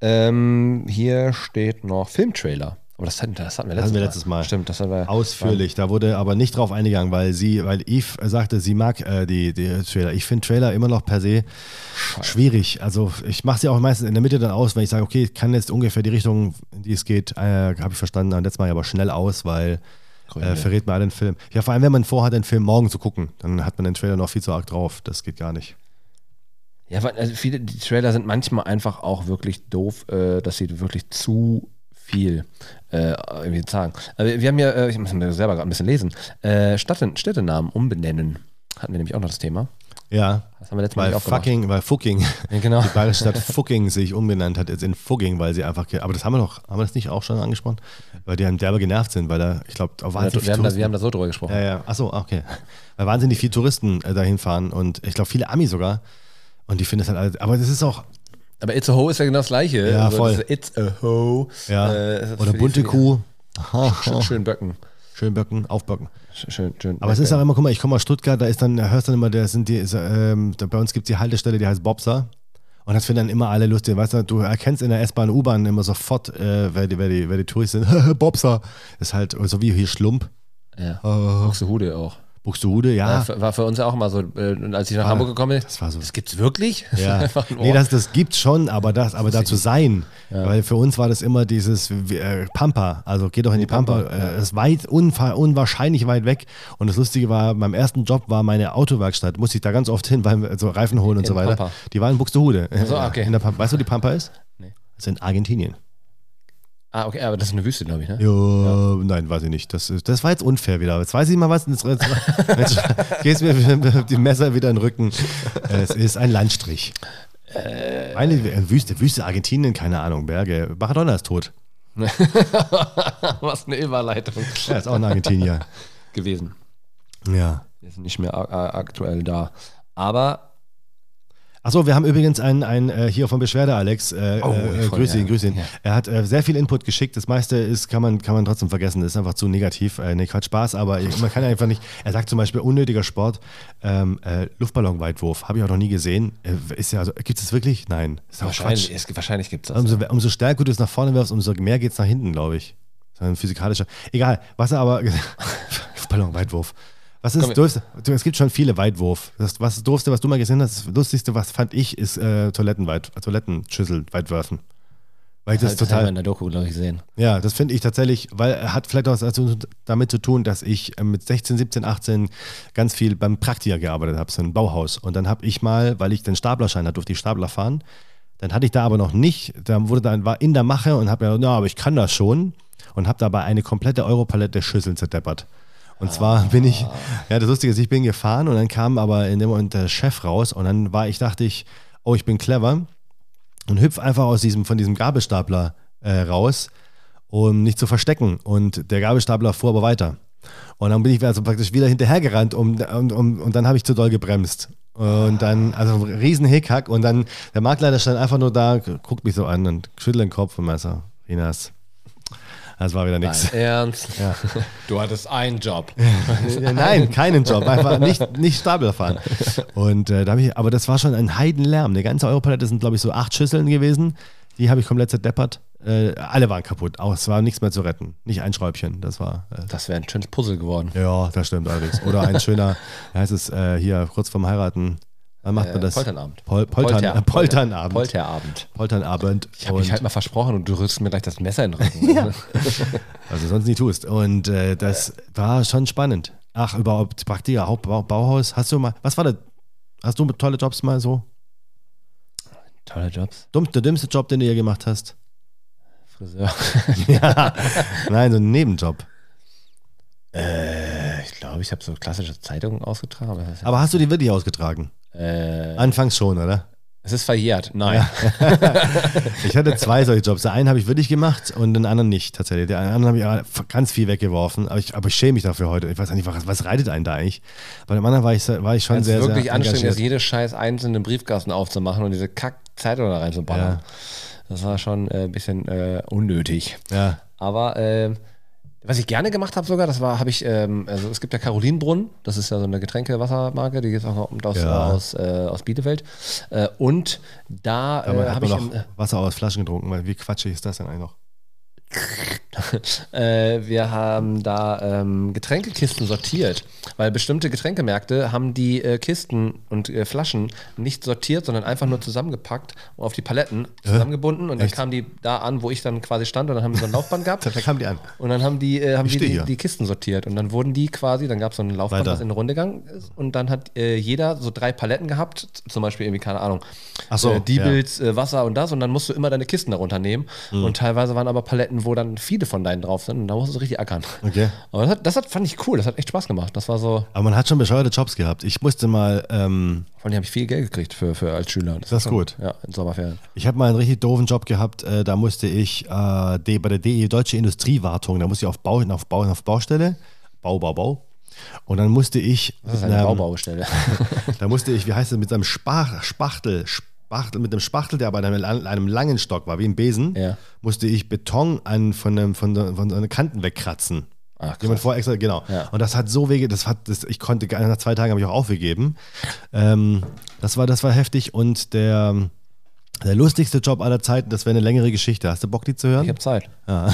Speaker 2: Ähm, hier steht noch Filmtrailer. Aber das hatten, das hatten wir
Speaker 1: Das
Speaker 2: letztes,
Speaker 1: hatten wir letztes Mal.
Speaker 2: Stimmt, das hatten wir.
Speaker 1: Ausführlich, da wurde aber nicht drauf eingegangen, weil sie, weil Eve sagte, sie mag äh, die, die Trailer. Ich finde Trailer immer noch per se schwierig. Also ich mache sie auch meistens in der Mitte dann aus, wenn ich sage, okay, ich kann jetzt ungefähr die Richtung, in die es geht, äh, habe ich verstanden. Und jetzt mache ich aber schnell aus, weil äh,
Speaker 2: Gründe.
Speaker 1: verrät mir alle den Film. Ja, vor allem, wenn man vorhat, den Film morgen zu gucken, dann hat man den Trailer noch viel zu arg drauf. Das geht gar nicht.
Speaker 2: Ja, weil also viele, die Trailer sind manchmal einfach auch wirklich doof, äh, dass sie wirklich zu viel äh, irgendwie sagen. Aber wir haben ja, äh, ich muss mir selber gerade ein bisschen lesen, äh, Städten, Städtenamen umbenennen. Hatten wir nämlich auch noch das Thema.
Speaker 1: Ja,
Speaker 2: Das haben wir letztes Mal
Speaker 1: weil
Speaker 2: nicht aufgemacht.
Speaker 1: fucking, weil fucking,
Speaker 2: Ja, genau.
Speaker 1: die bayerische Stadt fucking sich umbenannt hat jetzt in Fugging, weil sie einfach, ge aber das haben wir doch, haben wir das nicht auch schon angesprochen? Weil die einem derbe genervt sind, weil da, ich glaube, auch
Speaker 2: Wir,
Speaker 1: wahnsinnig
Speaker 2: wir, haben da, wir
Speaker 1: Touristen-
Speaker 2: haben da so drüber gesprochen.
Speaker 1: ja, ja, achso, okay. Weil wahnsinnig viele Touristen äh, dahin fahren und ich glaube, viele Ami sogar. Und die finden es halt, alle- aber das ist auch,
Speaker 2: Aber It's a Ho ist ja genau das gleiche.
Speaker 1: Ja, voll.
Speaker 2: diese It's a Ho.
Speaker 1: ja,
Speaker 2: äh, ist
Speaker 1: oder
Speaker 2: für die-
Speaker 1: bunte
Speaker 2: für die-
Speaker 1: Kuh,
Speaker 2: Schön, schön böcken.
Speaker 1: schön böcken, aufböcken.
Speaker 2: Schön, schön, schön
Speaker 1: Aber es ist auch immer, guck mal, ich komme aus Stuttgart, da ist dann, da hörst du dann immer, da sind die, ist, ähm, da, bei uns gibt es die Haltestelle, die heißt Bobser. Und das finden dann immer alle lustig. Weißt du, du erkennst in der S-Bahn, U-Bahn immer sofort, äh, wer, die, wer, die, wer die Touristen sind. Bobser. Ist halt so wie hier Schlump.
Speaker 2: Ja.
Speaker 1: Äh,
Speaker 2: Buxtehude auch.
Speaker 1: Buxtehude,
Speaker 2: War
Speaker 1: ja.
Speaker 2: für- War für uns ja auch immer so. äh, Und als ich nach
Speaker 1: Ah. War-
Speaker 2: Hamburg gekommen bin,
Speaker 1: das war so-
Speaker 2: Das gibt's wirklich?
Speaker 1: Ja.
Speaker 2: Einfach nur-
Speaker 1: Nee, das, das gibt's schon, aber das, aber dazu sein. Weil für uns war das immer dieses äh, Pampa. Also geh doch in die Pampa.
Speaker 2: Pampa,
Speaker 1: Äh, Ist weit unfa- unwahrscheinlich weit weg. Und das Lustige war, meinem ersten Job war meine Autowerkstatt. Musste ich da ganz oft hin, weil so Reifen holen und
Speaker 2: In
Speaker 1: so weiter.
Speaker 2: Pampa.
Speaker 1: Die war in Buxtehude. Äh,
Speaker 2: so, okay.
Speaker 1: in der Pampa. Weißt du, wo die Pampa ist?
Speaker 2: Nee.
Speaker 1: Das ist in Argentinien.
Speaker 2: Ah, okay, aber das ist eine Wüste, glaube ich, ne?
Speaker 1: Jo, Nein, weiß ich nicht. Das, ist- das war jetzt unfair wieder. Jetzt weiß ich mal was. Jetzt, jetzt, jetzt gehst mir die Messer wieder in den Rücken. Es ist ein Landstrich. Meine äh, Wüste, Wüste Argentinien, keine Ahnung, Berge. Maradona ist tot.
Speaker 2: Was eine Überleitung
Speaker 1: Er ist auch ein Argentinier.
Speaker 2: gewesen.
Speaker 1: Ja.
Speaker 2: Ist nicht mehr a- a- aktuell da. Aber
Speaker 1: Achso, wir haben übrigens einen, einen äh, hier von Beschwerde, Alex. Äh,
Speaker 2: Oh,
Speaker 1: äh,
Speaker 2: voll,
Speaker 1: grüß ihn,
Speaker 2: ja.
Speaker 1: grüß ihn.
Speaker 2: Ja.
Speaker 1: Er hat äh, sehr viel Input geschickt. Das meiste ist, kann man, kann man trotzdem vergessen. Das ist einfach zu negativ. Äh, nee, Quatsch, Spaß, aber ich, man kann einfach nicht. Er sagt zum Beispiel, unnötiger Sport, ähm, äh, Luftballonweitwurf. Habe ich auch noch nie gesehen. Äh, ist ja, also, gibt es das wirklich? Nein. Ist doch
Speaker 2: wahrscheinlich, es, wahrscheinlich gibt es das.
Speaker 1: Umso, umso stärker du es nach vorne wirfst, umso mehr geht es nach hinten, glaube ich. Das ist ein physikalischer. Egal, was er aber. Ballon, Weitwurf. Was ist
Speaker 2: Komm,
Speaker 1: das Doofste? Du, Es gibt schon viele Weitwurf. Das, was das Doofste, was du mal gesehen hast, das Lustigste, was fand ich, ist äh, Toilettenweit, Toilettenschüssel weitwerfen. Weil ich das
Speaker 2: Halt, das haben wir
Speaker 1: total.
Speaker 2: in der Doku, glaube ich, gesehen.
Speaker 1: Ja, das finde ich tatsächlich, weil er hat vielleicht auch dazu- damit zu tun, dass ich äh, mit 16, 17, 18 ganz viel beim Praktiker gearbeitet habe, so ein Bauhaus. Und dann habe ich mal, weil ich den Staplerschein hatte, durfte ich Stapler fahren. Dann hatte ich da aber noch nicht, dann wurde dann war in der Mache und habe mir gedacht, na, aber ich kann das schon und habe dabei eine komplette Europalette Schüsseln zerdeppert. Und zwar bin ich, ja, das Lustige ist, ich bin gefahren und dann kam aber in dem Moment der Chef raus und dann war ich, dachte ich, oh, ich bin clever und hüpf einfach aus diesem, von diesem Gabelstapler äh, raus, um nicht zu verstecken. Und der Gabelstapler fuhr aber weiter. Und dann bin ich also praktisch wieder hinterhergerannt um, um, um, und dann habe ich zu doll gebremst. Und dann, also ein riesen Hickhack und dann, der Marktleiter stand einfach nur da, guckt mich so an und schüttelt den Kopf und meint so, Inas, das war wieder nichts.
Speaker 2: Ernst?
Speaker 1: Ja.
Speaker 2: Du hattest einen Job.
Speaker 1: Ja, nein, keinen Job, einfach nicht, nicht Stapler fahren. Und äh, da habe ich, aber das war schon ein Heidenlärm. Eine ganze Europalette sind, glaube ich, so acht Schüsseln gewesen. Die habe ich komplett zerdeppert. Äh, alle waren kaputt. Auch es war nichts mehr zu retten. Nicht ein Schräubchen. Das war. Äh,
Speaker 2: Das wäre ein schönes Puzzle geworden.
Speaker 1: ja, das stimmt allerdings. Oder ein schöner, wie heißt es, äh, hier kurz vorm Heiraten. Wann macht man das?
Speaker 2: Polternabend.
Speaker 1: Pol Äh, Poltern,
Speaker 2: Äh, Polter-
Speaker 1: äh, Polternabend.
Speaker 2: Polterabend.
Speaker 1: Polternabend.
Speaker 2: Ich habe mich
Speaker 1: Und-
Speaker 2: halt mal versprochen und du rührst mir gleich das Messer in den Rücken. ja.
Speaker 1: Also sonst nie tust. Und äh, das war schon spannend. Ach, überhaupt Praktika, Hauptbau, Bauhaus. Hast du mal, was war das? Hast du tolle Jobs mal so?
Speaker 2: Tolle Jobs.
Speaker 1: Dumm, der dümmste Job, den du je gemacht hast?
Speaker 2: Friseur.
Speaker 1: ja. Nein, so ein Nebenjob.
Speaker 2: Äh, ich glaube, ich habe so klassische Zeitungen ausgetragen. aber das-
Speaker 1: Aber hast du die wirklich ausgetragen?
Speaker 2: Äh,
Speaker 1: Anfangs schon, oder?
Speaker 2: es ist verjährt. Nein.
Speaker 1: Ich hatte zwei solche Jobs. Den einen habe ich wirklich gemacht und den anderen nicht tatsächlich. Den anderen habe ich aber f- ganz viel weggeworfen. Aber ich, aber ich schäme mich dafür heute. Ich weiß nicht, was, was reitet einen da eigentlich? Bei dem anderen war ich, war ich schon
Speaker 2: Wenn es
Speaker 1: sehr,
Speaker 2: wirklich
Speaker 1: sehr
Speaker 2: anstrengend ist,
Speaker 1: engagiert.
Speaker 2: jede scheiß einzelne Briefkasten aufzumachen und diese Kack-Zeitung da reinzuballern.
Speaker 1: Ja.
Speaker 2: Das war schon äh, ein bisschen äh, unnötig.
Speaker 1: Ja.
Speaker 2: Aber ähm, was ich gerne gemacht habe sogar, das war, habe ich, ähm, also es gibt ja Karolinenbrunnen, das ist ja so eine Getränkewassermarke, die gibt es auch aus,
Speaker 1: Ja.
Speaker 2: aus, äh, aus Bielefeld. Äh, und da
Speaker 1: Aber
Speaker 2: äh,
Speaker 1: hat
Speaker 2: habe
Speaker 1: man
Speaker 2: ich,
Speaker 1: noch
Speaker 2: im, äh,
Speaker 1: Wasser aus Flaschen getrunken. weil Wie quatschig ist das denn eigentlich noch?
Speaker 2: äh, wir haben da ähm, Getränkekisten sortiert, weil bestimmte Getränkemärkte haben die äh, Kisten und äh, Flaschen nicht sortiert, sondern einfach nur zusammengepackt und auf die Paletten zusammengebunden und dann
Speaker 1: Echt?
Speaker 2: kamen die da an, wo ich dann quasi stand und dann haben wir so ein Laufband gehabt.
Speaker 1: Da kamen die an.
Speaker 2: Und dann haben die, äh, haben
Speaker 1: Ich
Speaker 2: die,
Speaker 1: steh
Speaker 2: die,
Speaker 1: hier.
Speaker 2: die Kisten sortiert. Und dann wurden die quasi, dann gab es so einen Laufband,
Speaker 1: Weiter.
Speaker 2: das in eine Runde gegangen ist. Und dann hat äh, jeder so drei Paletten gehabt, z- zum Beispiel irgendwie, keine Ahnung,
Speaker 1: Ach so,
Speaker 2: äh, Diebels, äh, Wasser und das. Und dann musst du immer deine Kisten darunter nehmen.
Speaker 1: Mhm.
Speaker 2: Und teilweise waren aber Paletten, wo dann viele von deinen drauf sind. Und da musst du richtig ackern.
Speaker 1: Okay.
Speaker 2: Aber das, hat, das hat, fand ich cool. Das hat echt Spaß gemacht. Das war so,
Speaker 1: Aber man hat schon bescheuerte Jobs gehabt. Ich musste mal, ähm,
Speaker 2: vor allem habe ich viel Geld gekriegt für, für als Schüler.
Speaker 1: Das
Speaker 2: war
Speaker 1: ist
Speaker 2: schon-
Speaker 1: gut.
Speaker 2: Ja, in Sommerferien.
Speaker 1: ich habe mal einen richtig doofen Job gehabt. Äh, da musste ich äh, die, bei der DE Deutsche Industriewartung, da musste ich auf, Bau, auf, Bau, auf Baustelle, Bau, Bau, Bau. Und dann musste ich,
Speaker 2: Das ist eine
Speaker 1: ähm,
Speaker 2: Baubaustelle.
Speaker 1: da musste ich, wie heißt das, mit einem Spach, Spachtel, Spachtel, mit einem Spachtel, der aber an einem, an einem langen Stock war, wie ein Besen,
Speaker 2: Ja.
Speaker 1: musste ich Beton an, von, einem, von, so- von so einer Kanten wegkratzen.
Speaker 2: Ach, krass.
Speaker 1: Jemand vorher extra, genau.
Speaker 2: Ja.
Speaker 1: Und das hat so wege, das hat, das, ich konnte, gar- nach zwei Tagen habe ich auch aufgegeben. Ähm, das, war, das war heftig und der, der lustigste Job aller Zeiten, das wäre eine längere Geschichte. Hast du Bock, die zu hören?
Speaker 2: Ich habe Zeit.
Speaker 1: ja.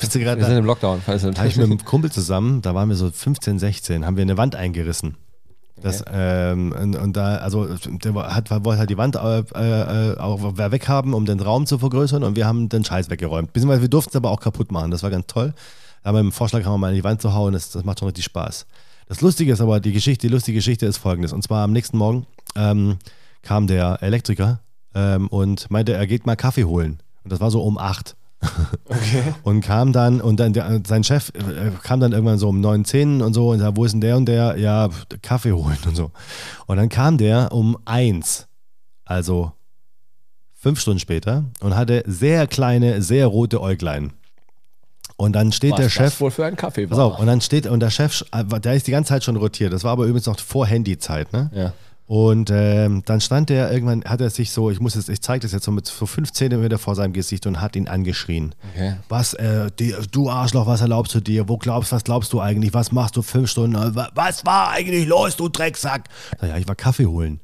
Speaker 1: Bist du gerade
Speaker 2: Wir
Speaker 1: da?
Speaker 2: sind im Lockdown. falls du-
Speaker 1: Da habe ich mit einem Kumpel zusammen, da waren wir so 15, 16, haben wir eine Wand eingerissen. Das, ähm, und, und da, also der wa- hat, wollte halt die Wand äh, äh, auch weghaben, um den Raum zu vergrößern und wir haben den Scheiß weggeräumt. Beziehungsweise wir durften es aber auch kaputt machen, das war ganz toll. Da haben wir einen Vorschlag, haben wir mal in die Wand zu hauen, das, das macht schon richtig Spaß. Das Lustige ist aber, die Geschichte, die lustige Geschichte ist folgendes. Und zwar am nächsten Morgen ähm, kam der Elektriker ähm, und meinte, er geht mal Kaffee holen. Und das war so um acht. Und kam dann, und dann der, sein Chef äh, kam dann irgendwann so um 9, 10 und so und sagt, wo ist denn der und der? Ja, pf, Kaffee holen und so. Und dann kam der um 1, also fünf Stunden später, und hatte sehr kleine, sehr rote Äuglein. Und dann steht
Speaker 2: Was
Speaker 1: der
Speaker 2: das
Speaker 1: Chef.
Speaker 2: wohl für ein Kaffee
Speaker 1: Pass auf, und dann steht, und der Chef, äh, der ist die ganze Zeit schon rotiert. Das war aber übrigens noch vor Handyzeit, ne?
Speaker 2: Ja.
Speaker 1: Und ähm, dann stand der irgendwann, hat er sich so, ich muss jetzt, ich zeige das jetzt so mit so fünf Zentimeter vor seinem Gesicht und hat ihn angeschrien.
Speaker 2: Okay.
Speaker 1: Was, äh, die, du Arschloch, was erlaubst du dir? Wo glaubst, was glaubst du eigentlich? Was machst du fünf Stunden? Äh, wa- Was war eigentlich los, du Drecksack? Na ja, ich war Kaffee holen.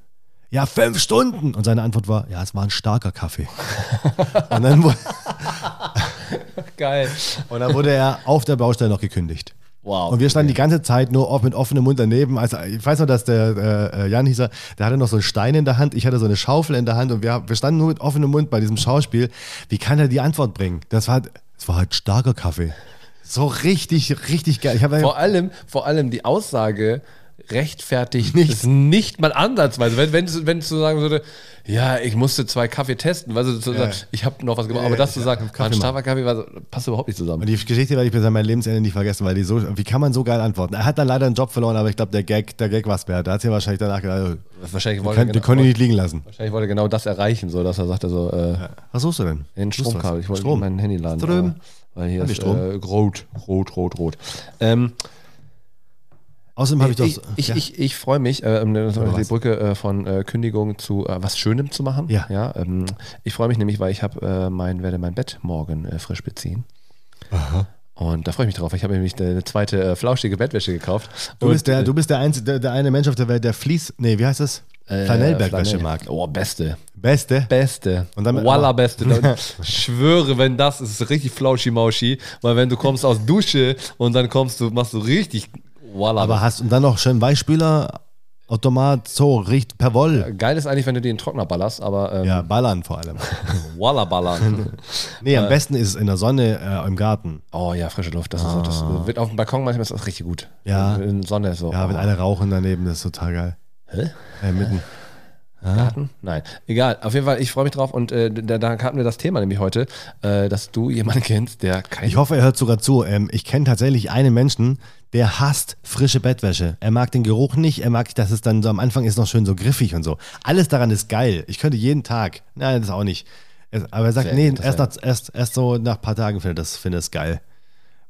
Speaker 1: Ja, fünf Stunden. Und seine Antwort war, ja, es war ein starker Kaffee. und, dann, wu-
Speaker 2: Geil.
Speaker 1: und dann wurde er auf der Baustelle noch gekündigt.
Speaker 2: Wow.
Speaker 1: Und wir standen die ganze Zeit nur off, mit offenem Mund daneben. Also ich weiß noch, dass der äh, äh, Jan hieß, er, der hatte noch so einen Stein in der Hand, ich hatte so eine Schaufel in der Hand und wir, haben- wir standen nur mit offenem Mund bei diesem Schauspiel. Wie kann er die Antwort bringen? Das war, das war halt starker Kaffee. So richtig, richtig geil. Ich habe
Speaker 2: Vor allem, vor allem die Aussage rechtfertigt nicht, ist nicht mal ansatzweise. Wenn, wenn, du- wenn du sagen würde, ja, ich musste zwei Kaffee testen, weil du,
Speaker 1: Ja.
Speaker 2: ich habe noch was gemacht, aber das zu sagen, war ein starker Kaffee, war so, passt überhaupt nicht zusammen.
Speaker 1: und die Geschichte werde ich bis an mein Lebensende nicht vergessen, weil die so, wie kann man so geil antworten? Er hat dann leider einen Job verloren, aber ich glaube, der Gag, der Gag war es wert. Da hat sie wahrscheinlich danach gedacht, äh,
Speaker 2: Wahrscheinlich
Speaker 1: wir
Speaker 2: wollte,
Speaker 1: können, wir
Speaker 2: genau,
Speaker 1: können ihn nicht liegen lassen.
Speaker 2: wahrscheinlich wollte er genau das erreichen, so dass er sagte so, äh,
Speaker 1: Was suchst du denn?
Speaker 2: den
Speaker 1: Suchst du was?
Speaker 2: Stromkabel, ich wollte
Speaker 1: Strom.
Speaker 2: mein Handy laden.
Speaker 1: Ström.
Speaker 2: aber- Weil hier
Speaker 1: Haben wir
Speaker 2: ist
Speaker 1: Strom?
Speaker 2: äh, rot, rot, rot, rot. Ähm,
Speaker 1: Außerdem habe ich doch.
Speaker 2: Äh, ich, ich,
Speaker 1: ja.
Speaker 2: ich, ich freue mich, äh, um die
Speaker 1: was?
Speaker 2: Brücke äh, von äh, Kündigung zu äh, was Schönem zu machen.
Speaker 1: Ja.
Speaker 2: ähm, ich freue mich nämlich, weil ich habe äh, mein, werde mein Bett morgen äh, frisch beziehen. Und da freue ich mich drauf. Ich habe nämlich eine zweite äh, flauschige Bettwäsche gekauft.
Speaker 1: Du
Speaker 2: Und,
Speaker 1: bist, der, du bist der, einzige, der, der eine Mensch auf der Welt, der Fließ. Nee, wie heißt das?
Speaker 2: äh,
Speaker 1: Flanellbergwäschemarkt.
Speaker 2: Flanell. Oh, beste.
Speaker 1: Beste.
Speaker 2: Beste.
Speaker 1: Und damit-
Speaker 2: Walla beste. Da- schwöre, wenn das ist richtig flauschi-mauschi. Weil wenn du kommst aus Dusche und dann kommst du, machst du richtig Walla.
Speaker 1: Aber hast und dann noch schön Weichspüler, Automat, so, riecht per Woll.
Speaker 2: Geil ist eigentlich, wenn du die in den Trockner ballerst, aber ähm,
Speaker 1: Ja, ballern vor allem.
Speaker 2: Walla ballern.
Speaker 1: Nee, am besten ist es in der Sonne äh, im Garten.
Speaker 2: Oh ja, frische Luft. Das, ist, das wird auf dem Balkon manchmal ist das richtig gut.
Speaker 1: Ah. Ja.
Speaker 2: In Sonne so.
Speaker 1: Ja, wenn
Speaker 2: oh.
Speaker 1: alle rauchen daneben, das ist total geil.
Speaker 2: Hä?
Speaker 1: Äh, mitten.
Speaker 2: Oh, Garten? Nein. Egal. Auf jeden Fall, ich freue mich drauf und äh, da, da hatten wir das Thema nämlich heute, äh, dass du jemanden kennst, der kein.
Speaker 1: Ich hoffe, er hört sogar zu. Ähm, ich kenne tatsächlich einen Menschen, der hasst frische Bettwäsche. Er mag den Geruch nicht, er mag, dass es dann so am Anfang ist noch schön so griffig und so. Alles daran ist geil. Ich könnte jeden Tag. Nein, das auch nicht. Es- Aber er sagt,
Speaker 2: Sehr
Speaker 1: nee, erst, nach,
Speaker 2: interessant.
Speaker 1: erst, erst so nach ein paar Tagen findet das, findet das geil.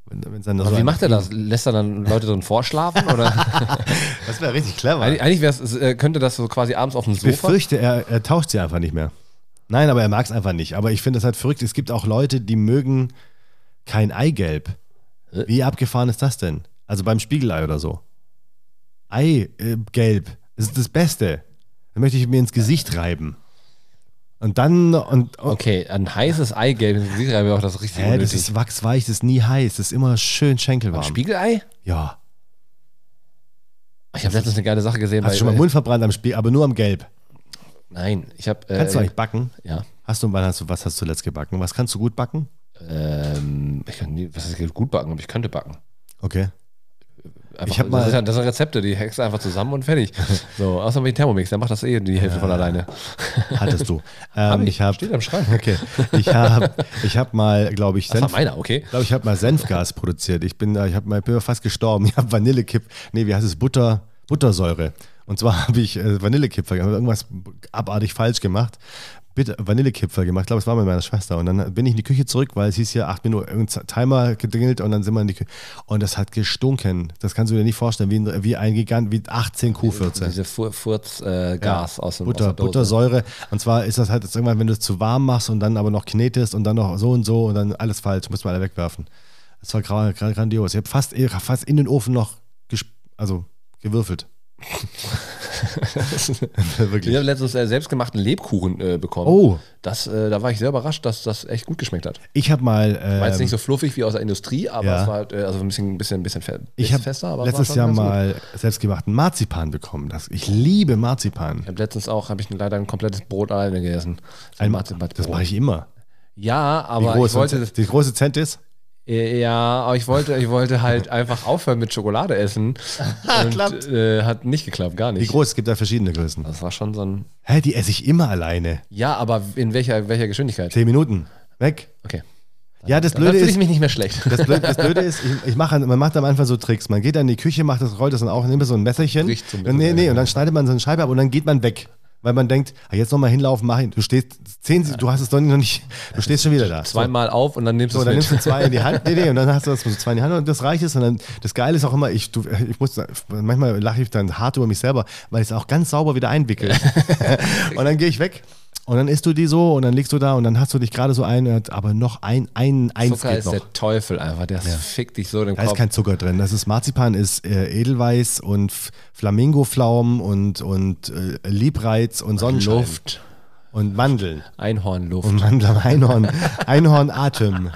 Speaker 1: Wenn- wenn's dann
Speaker 2: Aber
Speaker 1: so
Speaker 2: Also wie
Speaker 1: ein-
Speaker 2: macht er das? Lässt er dann Leute drin vorschlafen? Oder?
Speaker 1: Das wäre richtig clever.
Speaker 2: Eigentlich- Eigentlich wär's, äh, könnte das so quasi abends auf dem
Speaker 1: Ich
Speaker 2: Sofa.
Speaker 1: befürchte, er, er tauscht sie einfach nicht mehr. Nein, aber er mag es einfach nicht. Aber ich finde das halt verrückt. Es gibt auch Leute, die mögen kein Eigelb. Wie abgefahren ist das denn? Also beim Spiegelei oder so. äh, Eigelb ist das Beste. Dann möchte ich mir ins Gesicht reiben. Und dann, und, und
Speaker 2: Okay, ein heißes Eigelb, das sieht ja auch das richtig
Speaker 1: Hä, das
Speaker 2: unnötig.
Speaker 1: ist wachsweich, das ist nie heiß, das ist immer schön
Speaker 2: ein
Speaker 1: schenkelwarm.
Speaker 2: Spiegelei?
Speaker 1: Ja.
Speaker 2: Ich habe letztens eine geile Sache gesehen.
Speaker 1: Hast du schon mal den Mund verbrannt am Spiel, aber nur am Gelb.
Speaker 2: Nein, ich habe. Äh,
Speaker 1: Kannst du eigentlich backen?
Speaker 2: Ja.
Speaker 1: Hast du, wann hast du, was hast du zuletzt gebacken? Was kannst du gut backen?
Speaker 2: Ähm, ich kann nie, was ist gut backen, aber ich könnte backen.
Speaker 1: Okay.
Speaker 2: Einfach,
Speaker 1: Ich hab
Speaker 2: das,
Speaker 1: mal-
Speaker 2: ist ja, das sind Rezepte, die hackst du einfach zusammen und fertig. So, außer mit dem Thermomix, der macht das eh die Hälfte von alleine.
Speaker 1: Hattest du. ähm, ich habe
Speaker 2: Steht am Schrank.
Speaker 1: okay. Ich habe ich hab mal, glaube ich,
Speaker 2: Das war
Speaker 1: Senf,
Speaker 2: meiner, okay.
Speaker 1: glaub, ich hab mal Senfgas produziert. Ich bin, da- ich hab mal, bin fast gestorben. Ich habe Vanillekipp, nee, wie heißt es? Butter, Buttersäure. Und zwar habe ich äh, Vanillekipferl gemacht, irgendwas abartig falsch gemacht. Bitte Vanillekipferl gemacht, ich glaube, es war mit meiner Schwester. Und dann bin ich in die Küche zurück, weil es hieß hier acht Minuten irgendein Timer gedingelt und dann sind wir in die Küche. Und das hat gestunken. Das kannst du dir nicht vorstellen, wie ein, wie ein Gigant, wie 18 Q14.
Speaker 2: Diese Fur, Furz äh, Gas aus dem
Speaker 1: Butter,
Speaker 2: aus der Dose.
Speaker 1: Buttersäure. Und zwar ist das halt jetzt irgendwann, wenn du es zu warm machst und dann aber noch knetest und dann noch so und so und dann alles falsch, muss man alle wegwerfen. Das war gra gra grandios. Ich habe fast, ich hab fast in den Ofen noch gesp also gewürfelt.
Speaker 2: Ich
Speaker 1: Wirklich.
Speaker 2: habe letztens äh, selbstgemachten Lebkuchen äh, bekommen.
Speaker 1: Oh,
Speaker 2: Das, äh, da war ich sehr überrascht, dass das echt gut geschmeckt hat.
Speaker 1: ich habe mal. Ähm,
Speaker 2: War jetzt nicht so fluffig wie aus der Industrie, aber
Speaker 1: Ja.
Speaker 2: es war halt, äh, also ein bisschen, bisschen, bisschen fe-
Speaker 1: ich habe
Speaker 2: fester. Aber es war
Speaker 1: letztes
Speaker 2: schon
Speaker 1: Jahr
Speaker 2: ganz gut.
Speaker 1: mal selbstgemachten Marzipan bekommen. Das, ich liebe Marzipan.
Speaker 2: Ich habe letztens auch, habe ich leider ein komplettes Brot alleine gegessen. So
Speaker 1: Ein-
Speaker 2: Marzipanbrot.
Speaker 1: Das mache ich immer.
Speaker 2: Ja,
Speaker 1: Die
Speaker 2: oh. aber ich
Speaker 1: große,
Speaker 2: wollte,
Speaker 1: die große Zent ist?
Speaker 2: äh, ja, aber ich wollte, ich wollte halt einfach aufhören mit Schokolade essen. und,
Speaker 1: Klappt.
Speaker 2: äh, hat nicht geklappt, gar
Speaker 1: Wie
Speaker 2: nicht.
Speaker 1: groß? Es gibt da verschiedene Größen.
Speaker 2: Das war schon so ein.
Speaker 1: Hä, die esse ich immer alleine.
Speaker 2: Ja, aber in welcher, welcher Geschwindigkeit?
Speaker 1: Zehn Minuten. Weg.
Speaker 2: Okay.
Speaker 1: Ja, das
Speaker 2: Dann
Speaker 1: Blöde
Speaker 2: fühle
Speaker 1: ist,
Speaker 2: ich mich nicht mehr schlecht.
Speaker 1: Das Blöde, das Blöde ist, ich, ich mache, man macht am Anfang so Tricks. Man geht dann in die Küche, macht das, rollt das dann auch, nimmt so ein Messerchen.
Speaker 2: Bricht so ein bisschen,
Speaker 1: nee, nee,
Speaker 2: ja.
Speaker 1: und dann schneidet man so eine Scheibe ab und dann geht man weg. Weil man denkt, ah, jetzt nochmal hinlaufen, mach ihn. Du stehst zehn, du hast es noch nicht, du stehst schon wieder da.
Speaker 2: Zweimal auf und dann nimmst
Speaker 1: So,
Speaker 2: du
Speaker 1: dann
Speaker 2: es
Speaker 1: nimmst du
Speaker 2: mit.
Speaker 1: zwei in die Hand, nee, nee, und dann hast du das mit so zwei in die Hand und das reicht es. Und dann, das Geile ist auch immer, ich, du, ich muss, manchmal lache ich dann hart über mich selber, weil ich es auch ganz sauber wieder einwickel. und dann gehe ich weg. Und dann isst du die so und dann liegst du da und dann hast du dich gerade so ein, aber noch ein, ein, eins
Speaker 2: Zucker
Speaker 1: geht
Speaker 2: ist
Speaker 1: noch.
Speaker 2: der Teufel einfach. Der fickt dich so in den
Speaker 1: Da ist
Speaker 2: Kopf.
Speaker 1: kein Zucker drin. Das ist Marzipan, ist äh, Edelweiß und F- Flamingoflaumen und, und äh, Liebreiz und Sonnenschein.
Speaker 2: Luft.
Speaker 1: Und Mandeln.
Speaker 2: Einhornluft.
Speaker 1: Und Mandeln, Einhorn. Einhornatem.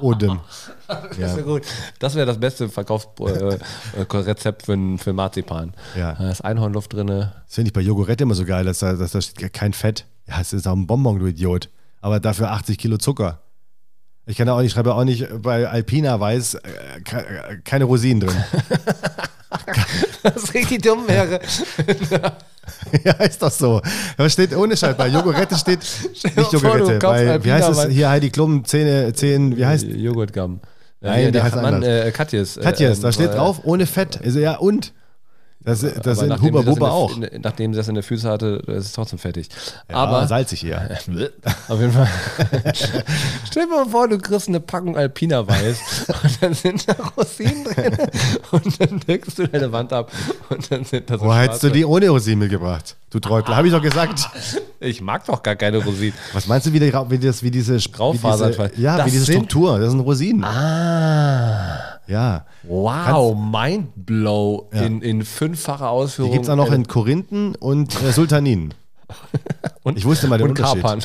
Speaker 1: Odem.
Speaker 2: Das wäre gut. Das wäre das beste Verkaufsrezept für, ein- für Marzipan.
Speaker 1: Ja.
Speaker 2: Da ist Einhornluft drin.
Speaker 1: Das finde ich bei Jogurette immer so geil, dass da, dass da steht kein Fett. Ja, es ist auch ein Bonbon, du Idiot. Aber dafür 80 Kilo Zucker. Ich kann da auch nicht, schreibe auch nicht äh, bei Alpina Weiß äh, ke- äh, keine Rosinen drin.
Speaker 2: Das richtig dumm wäre.
Speaker 1: ja, ist doch so. Da steht ohne Scheiß bei Jogurette steht nicht
Speaker 2: dir vor, du
Speaker 1: Jogurette.
Speaker 2: kaufst
Speaker 1: Bei, wie
Speaker 2: Alpina
Speaker 1: heißt es
Speaker 2: Weiß.
Speaker 1: hier Heidi Klum, Zähne, Zähne, wie
Speaker 2: Äh,
Speaker 1: heißt
Speaker 2: Joghurtgum.
Speaker 1: Nein, die heißt
Speaker 2: Mann,
Speaker 1: anders.
Speaker 2: äh, Katjes. äh,
Speaker 1: Katjes,
Speaker 2: ähm,
Speaker 1: da steht
Speaker 2: äh,
Speaker 1: drauf, ohne Fett. Also, ja, und? Das, das
Speaker 2: aber
Speaker 1: sind
Speaker 2: nachdem
Speaker 1: Huber
Speaker 2: sie das in
Speaker 1: Buba
Speaker 2: der-
Speaker 1: auch.
Speaker 2: in- nachdem sie das in der Füße hatte, ist es trotzdem fettig.
Speaker 1: Ja,
Speaker 2: aber
Speaker 1: Ah, salzig hier.
Speaker 2: Auf jeden Fall. Stell dir mal vor, du kriegst eine Packung Alpina Weiß und dann sind da Rosinen drin und dann deckst du deine Wand ab und dann sind da so
Speaker 1: Wo hättest du
Speaker 2: schwarze-
Speaker 1: die ohne Rosinen mitgebracht? Du Trottel, habe ich doch gesagt.
Speaker 2: Ich mag doch gar keine Rosinen.
Speaker 1: Was meinst du, wie, die, Ra- wie, das, wie diese
Speaker 2: Graufasern-
Speaker 1: Wie diese, ja,
Speaker 2: Das
Speaker 1: wie diese
Speaker 2: sind-
Speaker 1: Struktur. Das sind Rosinen.
Speaker 2: Ah.
Speaker 1: Ja.
Speaker 2: Wow, Mindblow in, in fünffacher Ausführung.
Speaker 1: Die gibt es auch noch in Korinthen und äh, Sultaninen.
Speaker 2: Und-
Speaker 1: ich wusste mal den
Speaker 2: und
Speaker 1: Unterschied.
Speaker 2: Kapern.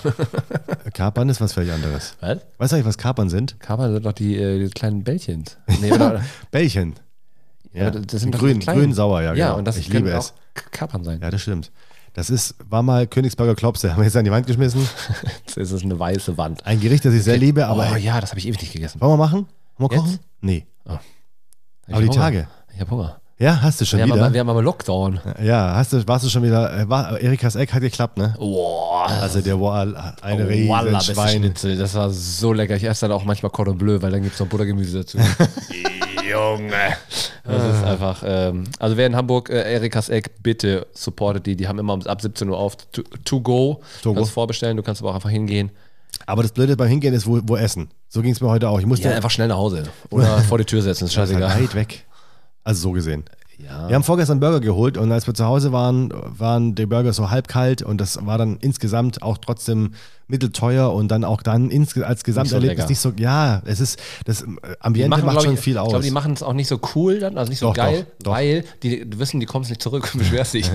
Speaker 1: Kapern ist was völlig anderes.
Speaker 2: Was?
Speaker 1: Weißt du eigentlich, was Kapern sind?
Speaker 2: Kapern sind doch die, äh, die kleinen Bällchens. Nee, oder,
Speaker 1: Bällchen. Ja,
Speaker 2: oder das sind doch
Speaker 1: grün,
Speaker 2: die kleinen.
Speaker 1: grün sauer, ja,
Speaker 2: Ja,
Speaker 1: genau.
Speaker 2: und das
Speaker 1: ich
Speaker 2: können
Speaker 1: liebe
Speaker 2: auch
Speaker 1: es.
Speaker 2: Kapern sein.
Speaker 1: Ja, das stimmt. Das ist, war mal Königsberger Klopse, haben wir jetzt an die Wand geschmissen.
Speaker 2: Jetzt ist es eine weiße Wand.
Speaker 1: Ein Gericht, das ich sehr liebe, aber
Speaker 2: oh ja, das habe ich ewig nicht gegessen.
Speaker 1: wollen wir machen? Wollen wir
Speaker 2: Jetzt?
Speaker 1: kochen? Nee.
Speaker 2: Hab
Speaker 1: Aber
Speaker 2: ich
Speaker 1: die
Speaker 2: Hunger.
Speaker 1: Tage.
Speaker 2: Ich habe Hunger.
Speaker 1: Ja, hast du schon
Speaker 2: Wir haben,
Speaker 1: wieder.
Speaker 2: aber, wir haben aber Lockdown.
Speaker 1: ja, hast du, warst du schon wieder. Äh, war, Erikas Eck hat geklappt, ne?
Speaker 2: Boah.
Speaker 1: Also der Wall, eine
Speaker 2: Walla,
Speaker 1: riesen
Speaker 2: beste
Speaker 1: Schwein.
Speaker 2: Schnitzel. Das war so lecker. Ich esse dann auch manchmal Cordon Bleu, weil dann gibt es noch Buttergemüse dazu. Junge. Das ist einfach. Ähm, also wer in Hamburg, äh, Erikas Eck, bitte supportet die. Die haben immer um- ab 17 Uhr auf. To, to go.
Speaker 1: To
Speaker 2: Du
Speaker 1: go.
Speaker 2: kannst vorbestellen, du kannst aber auch einfach hingehen.
Speaker 1: Aber das Blöde beim Hingehen ist, wo, wo essen. So ging es mir heute auch. Ich musste
Speaker 2: Ja, einfach schnell nach Hause. Oder vor die Tür setzen, ist
Speaker 1: Das war
Speaker 2: scheißegal.
Speaker 1: weit weg. Also so gesehen.
Speaker 2: Ja.
Speaker 1: Wir haben vorgestern Burger geholt und als wir zu Hause waren, waren die Burger so halb kalt und das war dann insgesamt auch trotzdem mittelteuer und dann auch dann ins, als Gesamterlebnis
Speaker 2: lecker.
Speaker 1: nicht so, ja, es ist, das äh, Ambiente macht
Speaker 2: glaub
Speaker 1: schon
Speaker 2: ich,
Speaker 1: viel
Speaker 2: Ich
Speaker 1: aus.
Speaker 2: glaube, die machen es auch nicht so cool dann, also nicht so
Speaker 1: Doch,
Speaker 2: geil,
Speaker 1: doch, doch.
Speaker 2: weil die wissen, die kommen nicht zurück und beschwerst dich.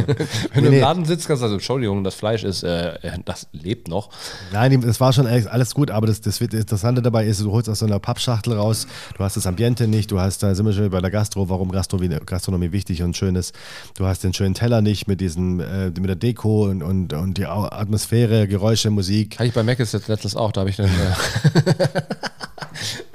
Speaker 2: Wenn du
Speaker 1: nee.
Speaker 2: im Laden sitzt, kannst du also, Entschuldigung, das Fleisch ist, äh, das lebt noch.
Speaker 1: Nein, die- das war schon alles alles gut, aber das, das wird- das Interessante dabei ist, du holst aus so einer Pappschachtel raus, du hast das Ambiente nicht, du hast, da sind wir schon bei der Gastro, warum Gastro, Gastronomie wichtig und schön ist. Du hast den schönen Teller nicht mit diesen, äh, mit der Deko und, und, und die Au- Atmosphäre, Geräusche, Musik.
Speaker 2: Hatte ich bei Mac ist jetzt letztens auch, da habe ich dann. Äh,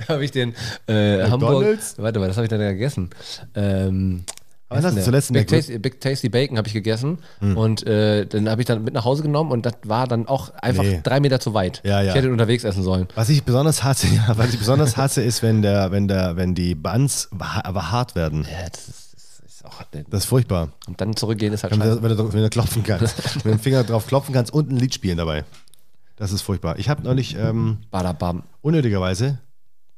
Speaker 2: da habe ich den äh, Hamburg.
Speaker 1: McDonald's?
Speaker 2: Warte mal, das habe ich dann gegessen. Ähm,
Speaker 1: Aber das ist
Speaker 2: der?
Speaker 1: zuletzt in der
Speaker 2: Big,
Speaker 1: Gru-
Speaker 2: Tasty, Big Tasty Bacon habe ich gegessen und äh, dann habe ich dann mit nach Hause genommen und das war dann auch einfach
Speaker 1: Nee.
Speaker 2: drei Meter zu weit.
Speaker 1: Ja, ja.
Speaker 2: Ich hätte unterwegs essen sollen.
Speaker 1: Was ich besonders hasse, ja, was ich besonders hasse, ist, wenn der, wenn der, wenn die Buns wa- aber hart werden.
Speaker 2: Ja, das ist, das ist auch,
Speaker 1: Das ist furchtbar.
Speaker 2: und dann zurückgehen ist halt
Speaker 1: Wenn
Speaker 2: scheiße.
Speaker 1: du, wenn, du, wenn du klopfen kannst, mit dem Finger drauf klopfen kannst und ein Lied spielen dabei. Das ist furchtbar. Ich habe neulich ähm,
Speaker 2: Badabam.
Speaker 1: unnötigerweise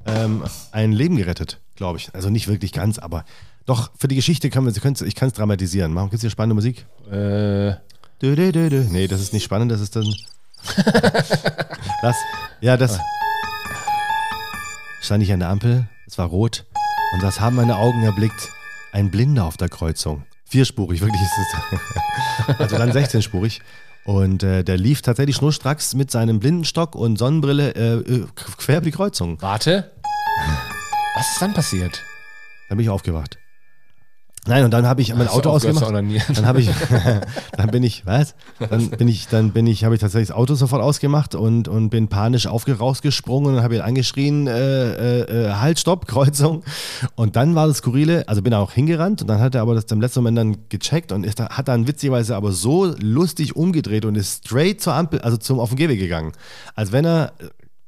Speaker 1: ähm, ein Leben gerettet, glaube ich. Also nicht wirklich ganz, aber doch für die Geschichte können wir, Sie können, ich kann es dramatisieren. Machen gibt's hier spannende Musik?
Speaker 2: Äh,
Speaker 1: Dö, dö, dö, dö. Nee, das ist nicht spannend, das ist dann. das, ja, das. Stand ich an der Ampel, es war rot und was haben meine Augen erblickt? Ein Blinder auf der Kreuzung. Vierspurig, wirklich ist es. also dann 16-spurig. Und äh, der lief tatsächlich schnurstracks mit seinem Blindenstock und Sonnenbrille äh, äh, quer über die Kreuzung.
Speaker 2: warte. Was ist dann passiert?
Speaker 1: Dann bin ich aufgewacht. Nein, und dann habe ich mein
Speaker 2: Hast du
Speaker 1: Auto
Speaker 2: aufgehört zu
Speaker 1: ausgemacht.
Speaker 2: onanieren?
Speaker 1: Dann habe ich, dann bin ich, was? Dann bin ich, dann bin ich, habe ich tatsächlich das Auto sofort ausgemacht und, und bin panisch aufge rausgesprungen und habe ihn angeschrien, äh, äh, äh, halt, stopp, Kreuzung. Und dann war das Skurrile, also bin auch hingerannt und dann hat er aber das im letzten Moment dann gecheckt und ist, da- hat dann witzigerweise aber so lustig umgedreht und ist straight zur Ampel, also zum, auf den Gehweg gegangen. Als wenn er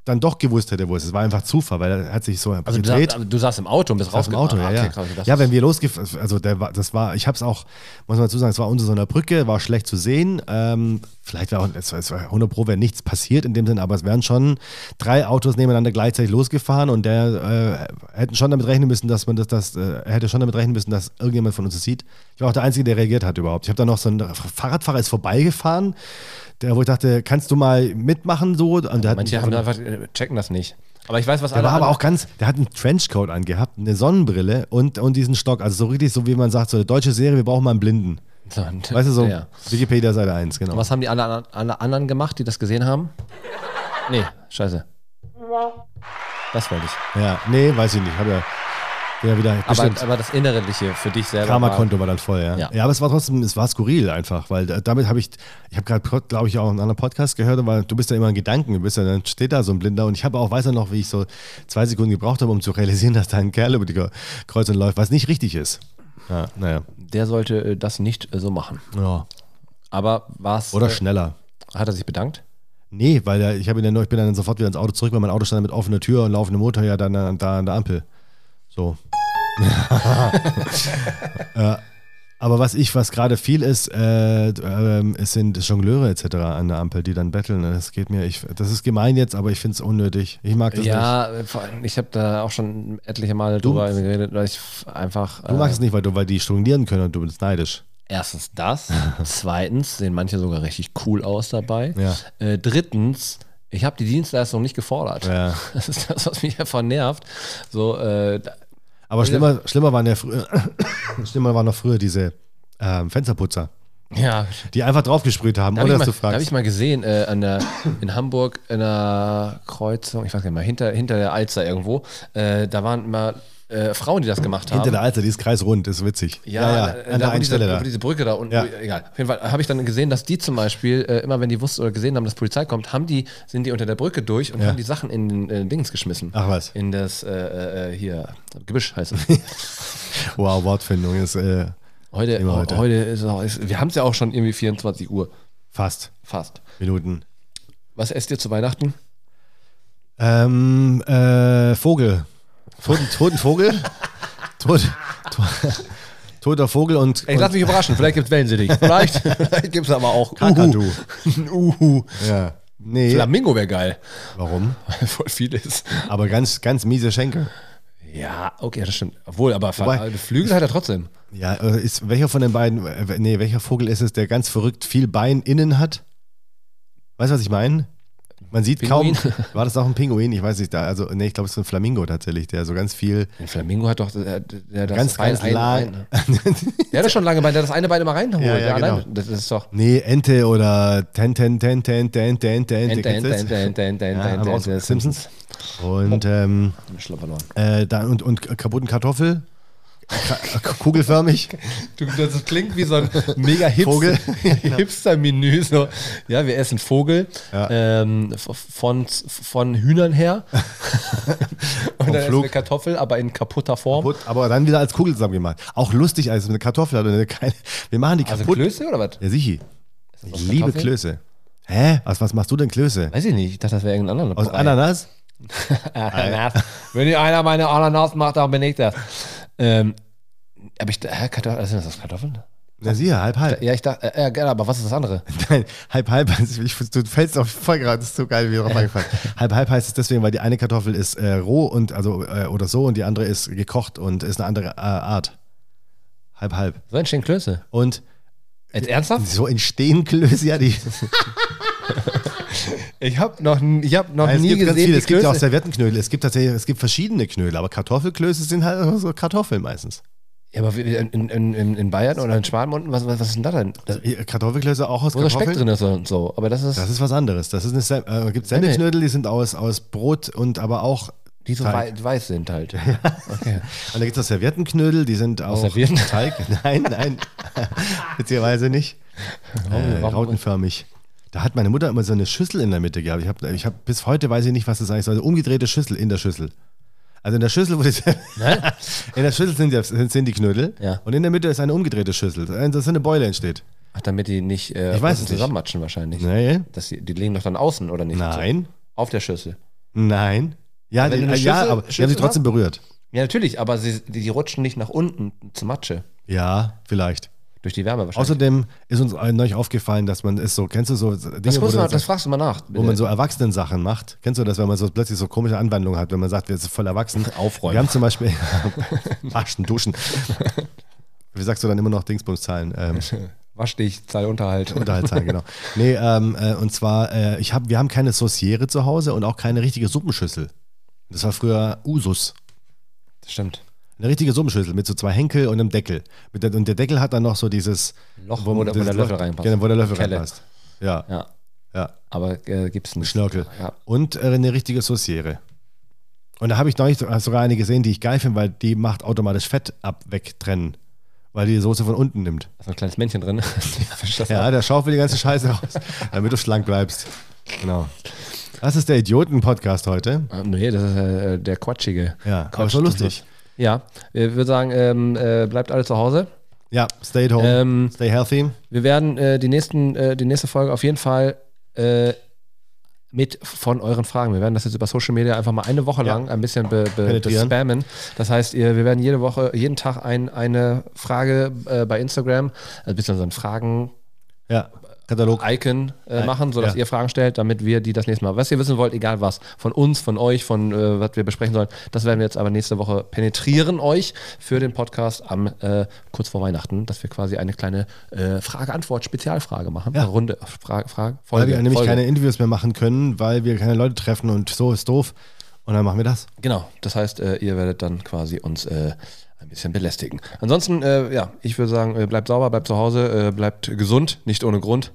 Speaker 1: dann doch gewusst hätte, wo es ist. Es war einfach Zufall, weil er hat sich so
Speaker 2: Also du,
Speaker 1: gedreht.
Speaker 2: saß, aber du saßt im Auto und bist Ah,
Speaker 1: Aus dem Auto,
Speaker 2: rausgekommen.
Speaker 1: ja, ja. ja, wenn wir losgefahren, also der, war- das war, ich habe es auch, muss man dazu sagen, es war unter so einer Brücke, war schlecht zu sehen. Ähm, vielleicht wäre auch, es war, es war 100 Pro wäre nichts passiert in dem Sinn, aber es wären schon drei Autos nebeneinander gleichzeitig losgefahren und der äh, hätten schon damit rechnen müssen, dass man das, das äh, hätte schon damit rechnen müssen, dass irgendjemand von uns es sieht. Ich war auch der Einzige, der reagiert hat überhaupt. Ich habe da noch so ein Fahrradfahrer ist vorbeigefahren, der wo ich dachte, kannst du mal mitmachen so? Und der hat
Speaker 2: Manche
Speaker 1: mich
Speaker 2: haben
Speaker 1: einfach-
Speaker 2: einfach, äh, checken das nicht. Aber ich weiß, was
Speaker 1: der
Speaker 2: alle
Speaker 1: war aber
Speaker 2: anderen-
Speaker 1: auch ganz, der hat einen Trenchcoat angehabt, eine Sonnenbrille und, und diesen Stock. Also so richtig, so wie man sagt, so eine deutsche Serie, wir brauchen mal einen Blinden.
Speaker 2: So,
Speaker 1: Weißt du, so
Speaker 2: Ja.
Speaker 1: Wikipedia Seite 1, genau.
Speaker 2: Was haben die alle, anderen- alle anderen gemacht, die das gesehen haben? Nee, scheiße. Das wollte ich.
Speaker 1: Ja, nee, weiß ich nicht. Hab ja, bin ja wieder
Speaker 2: Aber,
Speaker 1: bestimmt.
Speaker 2: aber das Innerliche für dich selber. war,
Speaker 1: Karma-Konto war dann voll, ja. ja.
Speaker 2: Ja.
Speaker 1: aber es war trotzdem, es war skurril einfach, weil da- damit habe ich, ich habe gerade, glaube ich, auch einen anderen Podcast gehört, weil du bist ja immer in Gedanken, du bist ja, dann steht da so ein Blinder und ich habe auch, weiß ja noch, wie ich so zwei Sekunden gebraucht habe, um zu realisieren, dass da ein Kerl über die Ge- Kreuzung läuft, was nicht richtig ist. Ja, naja.
Speaker 2: der sollte äh, das nicht äh, so machen.
Speaker 1: Ja.
Speaker 2: Aber was
Speaker 1: Oder
Speaker 2: äh,
Speaker 1: schneller.
Speaker 2: hat er sich bedankt?
Speaker 1: Nee, weil der, ich, hab ihn dann, nur- ich bin dann sofort wieder ins Auto zurück, weil mein Auto stand mit offener Tür und laufendem Motor ja dann äh, da an der Ampel. So. äh, aber was ich, was gerade viel ist, äh, ähm, es sind Jongleure etc. an der Ampel, die dann betteln. Das geht mir, ich, das ist gemein jetzt, aber ich finde es unnötig. Ich mag das nicht.
Speaker 2: Ja, äh, vor allem, ich habe da auch schon etliche Male drüber geredet, weil ich f- einfach. äh,
Speaker 1: Du magst es nicht, weil, du, weil die jonglieren können und du bist neidisch.
Speaker 2: Erstens das. Zweitens sehen manche sogar richtig cool aus dabei.
Speaker 1: Ja.
Speaker 2: Äh, drittens, ich habe die Dienstleistung nicht gefordert.
Speaker 1: Ja.
Speaker 2: Das ist das, was mich einfach nervt. So, äh, da-
Speaker 1: Aber schlimmer, schlimmer waren ja früher, schlimmer waren noch früher diese ähm, Fensterputzer,
Speaker 2: ja,
Speaker 1: die einfach draufgesprüht haben,
Speaker 2: da habe
Speaker 1: ohne
Speaker 2: ich,
Speaker 1: dass
Speaker 2: mal-
Speaker 1: du
Speaker 2: da hab
Speaker 1: fragst.
Speaker 2: ich mal gesehen, äh, an der, in Hamburg, in der Kreuzung, ich weiß gar nicht mal, hinter, hinter der Alster irgendwo, äh, da waren immer äh, Frauen, die das gemacht haben.
Speaker 1: Hinter der Alster, die ist kreisrund, ist witzig.
Speaker 2: Ja, ja,
Speaker 1: an der
Speaker 2: über,
Speaker 1: einen
Speaker 2: diese,
Speaker 1: Stelle da.
Speaker 2: über diese Brücke da unten,
Speaker 1: Ja.
Speaker 2: egal. Auf jeden Fall habe ich dann gesehen, dass die zum Beispiel, äh, immer wenn die wussten oder gesehen haben, dass Polizei kommt, haben die, sind die unter der Brücke durch und haben die Sachen in den äh, Dings geschmissen.
Speaker 1: Ach was.
Speaker 2: In das, äh, äh, äh, hier, Gebüsch heißt es.
Speaker 1: Wow, Wortfindung ist äh,
Speaker 2: Heute,
Speaker 1: Immer heute.
Speaker 2: heute. ist auch, ist, wir haben es ja auch schon irgendwie 24 Uhr,
Speaker 1: fast
Speaker 2: fast.
Speaker 1: Minuten.
Speaker 2: Was esst ihr zu Weihnachten?
Speaker 1: Ähm, äh, Vogel. Toten, toten Vogel? Tot, to, toter Vogel und,
Speaker 2: Ey,
Speaker 1: und
Speaker 2: lass mich überraschen, vielleicht gibt es Wellensittich. Vielleicht, vielleicht gibt es aber auch
Speaker 1: Kakadu.
Speaker 2: Uhu. Uhu.
Speaker 1: Ja. Nee,
Speaker 2: Flamingo wäre geil.
Speaker 1: warum?
Speaker 2: Voll vieles.
Speaker 1: Aber ganz, ganz miese Schenkel.
Speaker 2: Ja, okay, das stimmt. Obwohl, aber
Speaker 1: Wobei-
Speaker 2: Flügel hat er trotzdem.
Speaker 1: Ja, äh, ist, welcher von den beiden, äh, nee, welcher Vogel ist es, der ganz verrückt viel Bein innen hat? Weißt du, was ich meine? Man sieht
Speaker 2: Pinguin?
Speaker 1: kaum, war das auch ein Pinguin? Ich weiß nicht, da, also, nee, ich glaube, es ist ein Flamingo tatsächlich, der so ganz viel,
Speaker 2: Ein Flamingo hat doch der, der das
Speaker 1: ganz, ganz
Speaker 2: ein-
Speaker 1: lang.
Speaker 2: Der hat das schon lange Bein, der hat das eine Bein immer reinholt.
Speaker 1: Ja, ja,
Speaker 2: Der
Speaker 1: genau.
Speaker 2: allein- Das ist doch.
Speaker 1: nee, Ente oder Ten, Ten, Ten, Ten, Ten, Ten, Ten,
Speaker 2: Ente,
Speaker 1: kennst du
Speaker 2: Ente,
Speaker 1: das?
Speaker 2: Ente, Ente, Ente, Ente,
Speaker 1: Ja,
Speaker 2: Ente,
Speaker 1: aber auch
Speaker 2: Ente,
Speaker 1: Simpsons. Und, ähm,
Speaker 2: Hab ich schon verloren.
Speaker 1: äh, da, und, und kaputten Kartoffel, Ka- äh, kugelförmig.
Speaker 2: Du, das klingt wie so ein mega
Speaker 1: Vogel. genau.
Speaker 2: Hipster- Hipster-Menü. so. Ja, wir essen Vogel
Speaker 1: Ja.
Speaker 2: ähm, f- von, von Hühnern her. Und dann essen
Speaker 1: Flug.
Speaker 2: wir Kartoffel, aber in kaputter Form.
Speaker 1: kaputt, aber dann wieder als Kugel zusammengemacht. Auch lustig, als es eine Kartoffel hat und eine keine. Wir machen die
Speaker 2: Also
Speaker 1: kaputt.
Speaker 2: Klöße oder was?
Speaker 1: ja, Sichi.
Speaker 2: auch
Speaker 1: Ich liebe
Speaker 2: Kartoffeln?
Speaker 1: Klöße. Hä? Aus was machst du denn Klöße?
Speaker 2: Weiß ich nicht. Ich dachte, das wäre irgendein anderer.
Speaker 1: Aus
Speaker 2: Brei.
Speaker 1: Ananas?
Speaker 2: Ah, Ananas. Wenn ihr einer meine Ananas macht, dann bin ich das. Ähm, aber ich, hä, Kartoffeln, sind das das Kartoffeln?
Speaker 1: Na sieh, halb, halb.
Speaker 2: Ja, ich dachte, äh, ja, gerne, aber was ist das andere?
Speaker 1: Nein, halb, halb. heißt- Ich, du fällst auf voll gerade, das ist so geil, wie drauf eingefallen. halb, halb heißt es deswegen, weil die eine Kartoffel ist äh, roh und also äh, oder so und die andere ist gekocht und ist eine andere äh, Art. Halb, halb.
Speaker 2: So entstehen Klöße.
Speaker 1: Und
Speaker 2: Jetzt ernsthaft?
Speaker 1: so entstehen Klöße ja die.
Speaker 2: Ich habe noch, n- ich hab noch
Speaker 1: Nein, es
Speaker 2: nie
Speaker 1: gibt ganz
Speaker 2: gesehen,
Speaker 1: viele.
Speaker 2: wie
Speaker 1: Es gibt ja auch
Speaker 2: Klöße.
Speaker 1: Servettenknödel. Es gibt tatsächlich, es gibt verschiedene Knödel, aber Kartoffelklöße sind halt immer so Kartoffeln meistens.
Speaker 2: Ja, aber wie- in, in, in, in Bayern oder in Schwabenmunden, was, was, was ist denn da denn? Da,
Speaker 1: Äh, Kartoffelklöße auch aus
Speaker 2: wo der Speck
Speaker 1: Kartoffeln.
Speaker 2: drin ist und so. Aber das ist,
Speaker 1: Das ist was anderes. Das ist eine Sem äh, gibt Semmelknödel, die sind aus, aus Brot und aber auch.
Speaker 2: die so
Speaker 1: Teig.
Speaker 2: wei weiß sind halt. Okay.
Speaker 1: Und da gibt es auch Serviettenknödel, die sind auch
Speaker 2: Servietten?
Speaker 1: Teig. Nein, nein. Witzigerweise nicht. Äh,
Speaker 2: warum-
Speaker 1: rautenförmig. Da hat meine Mutter immer so eine Schüssel in der Mitte gehabt. Ich habe ich hab, bis heute weiß ich nicht, was das eigentlich soll. Eine umgedrehte Schüssel in der Schüssel. Also in der Schüssel, wo die,
Speaker 2: Ne?
Speaker 1: in der Schüssel sind die, sind, sind die Knödel
Speaker 2: Ja.
Speaker 1: und in der Mitte ist eine umgedrehte Schüssel, Äh, dass eine Beule entsteht.
Speaker 2: Ach, damit die nicht äh,
Speaker 1: Ich weiß
Speaker 2: unten
Speaker 1: es nicht.
Speaker 2: zusammenmatschen wahrscheinlich.
Speaker 1: Nee.
Speaker 2: Dass die, die liegen doch dann außen, oder nicht?
Speaker 1: Nein,
Speaker 2: Auf der Schüssel.
Speaker 1: nein. Ja,
Speaker 2: Wenn
Speaker 1: die,
Speaker 2: du
Speaker 1: ja
Speaker 2: eine Schüssel-
Speaker 1: aber die haben
Speaker 2: Schüssel
Speaker 1: sie trotzdem berührt.
Speaker 2: Ja, natürlich, aber sie, die, die rutschen nicht nach unten zur Matsche.
Speaker 1: Ja, vielleicht.
Speaker 2: Durch die Wärme wahrscheinlich.
Speaker 1: Außerdem ist uns allen neulich aufgefallen, dass man es so, kennst du so Dinge,
Speaker 2: das,
Speaker 1: wo,
Speaker 2: muss
Speaker 1: du dann
Speaker 2: man, das
Speaker 1: sagst,
Speaker 2: fragst du mal nach.
Speaker 1: wo man so Erwachsenen-Sachen macht? Kennst du das, wenn man so plötzlich so komische Anwandlungen hat, wenn man sagt, wir sind voll erwachsen?
Speaker 2: Aufräumen.
Speaker 1: Wir haben zum Beispiel Waschen, Duschen. Wie sagst du dann immer noch Dingsbums-Zahlen? Ähm,
Speaker 2: Wasch dich, zahl Unterhalt.
Speaker 1: Unterhaltszahlen, genau. Nee, ähm, äh, und zwar, äh, ich hab, wir haben keine Sauciere zu Hause und auch keine richtige Suppenschüssel. Das war früher Usus.
Speaker 2: Das stimmt.
Speaker 1: Eine richtige Suppenschüssel mit so zwei Henkel und einem Deckel. Mit der, und der Deckel hat dann noch so dieses
Speaker 2: Loch, wo, der- wo
Speaker 1: dieses
Speaker 2: der Löffel
Speaker 1: Loch-
Speaker 2: reinpasst.
Speaker 1: Genau, wo der Löffel
Speaker 2: Kelle.
Speaker 1: reinpasst. Ja, ja.
Speaker 2: Ja, aber äh, gibt's nicht.
Speaker 1: Schnörkel.
Speaker 2: Ja.
Speaker 1: Und äh, eine richtige Sauciere. Und da habe ich neulich sogar eine gesehen, die ich geil finde, weil die macht automatisch Fett ab wegtrennen, weil die die Soße von unten nimmt.
Speaker 2: Da ist ein kleines Männchen drin. Das
Speaker 1: Ja, der schaufelt die ganze Scheiße raus, damit du schlank bleibst. Genau. Das ist der Idioten-Podcast heute.
Speaker 2: Ah, Nee, das ist äh, der Quatschige.
Speaker 1: Ja, aber
Speaker 2: Quatsch,
Speaker 1: schon lustig.
Speaker 2: Ja, ich würde sagen, ähm, äh, bleibt alle zu Hause.
Speaker 1: Ja, stay at home,
Speaker 2: Ähm,
Speaker 1: stay healthy.
Speaker 2: wir werden äh, die, nächsten, äh, die nächste Folge auf jeden Fall äh, mit von euren Fragen. Wir werden das jetzt über Social Media einfach mal eine Woche
Speaker 1: Ja.
Speaker 2: lang ein bisschen be, be,
Speaker 1: Penetrieren.
Speaker 2: bespammen. Das heißt, ihr, wir werden jede Woche, jeden Tag ein, eine Frage äh, bei Instagram, also ein bisschen so ein Fragen-Icon
Speaker 1: Ja, Katalog.
Speaker 2: äh, machen, sodass
Speaker 1: ja.
Speaker 2: ihr Fragen stellt, damit wir die das nächste Mal, was ihr wissen wollt, egal was, von uns, von euch, von äh, was wir besprechen sollen, das werden wir jetzt aber nächste Woche penetrieren euch für den Podcast am äh, kurz vor Weihnachten, dass wir quasi eine kleine äh, Frage-Antwort-Spezialfrage machen, eine Runde, Frage, Frage,
Speaker 1: Weil
Speaker 2: Folge.
Speaker 1: wir nämlich
Speaker 2: Folge.
Speaker 1: keine Interviews mehr machen können, weil wir keine Leute treffen und so ist doof. Und dann machen wir das.
Speaker 2: Genau, das heißt, äh, ihr werdet dann quasi uns äh, ein bisschen belästigen. Ansonsten, äh, ja, ich würde sagen, äh, bleibt sauber, bleibt zu Hause, äh, bleibt gesund, nicht ohne Grund.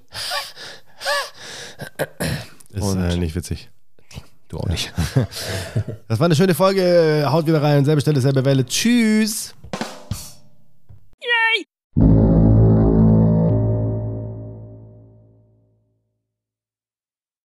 Speaker 1: Ist
Speaker 2: Und-
Speaker 1: äh, nicht witzig.
Speaker 2: Du auch nicht.
Speaker 1: Das war eine schöne Folge. Haut wieder rein, selbe Stelle, selbe Welle. Tschüss.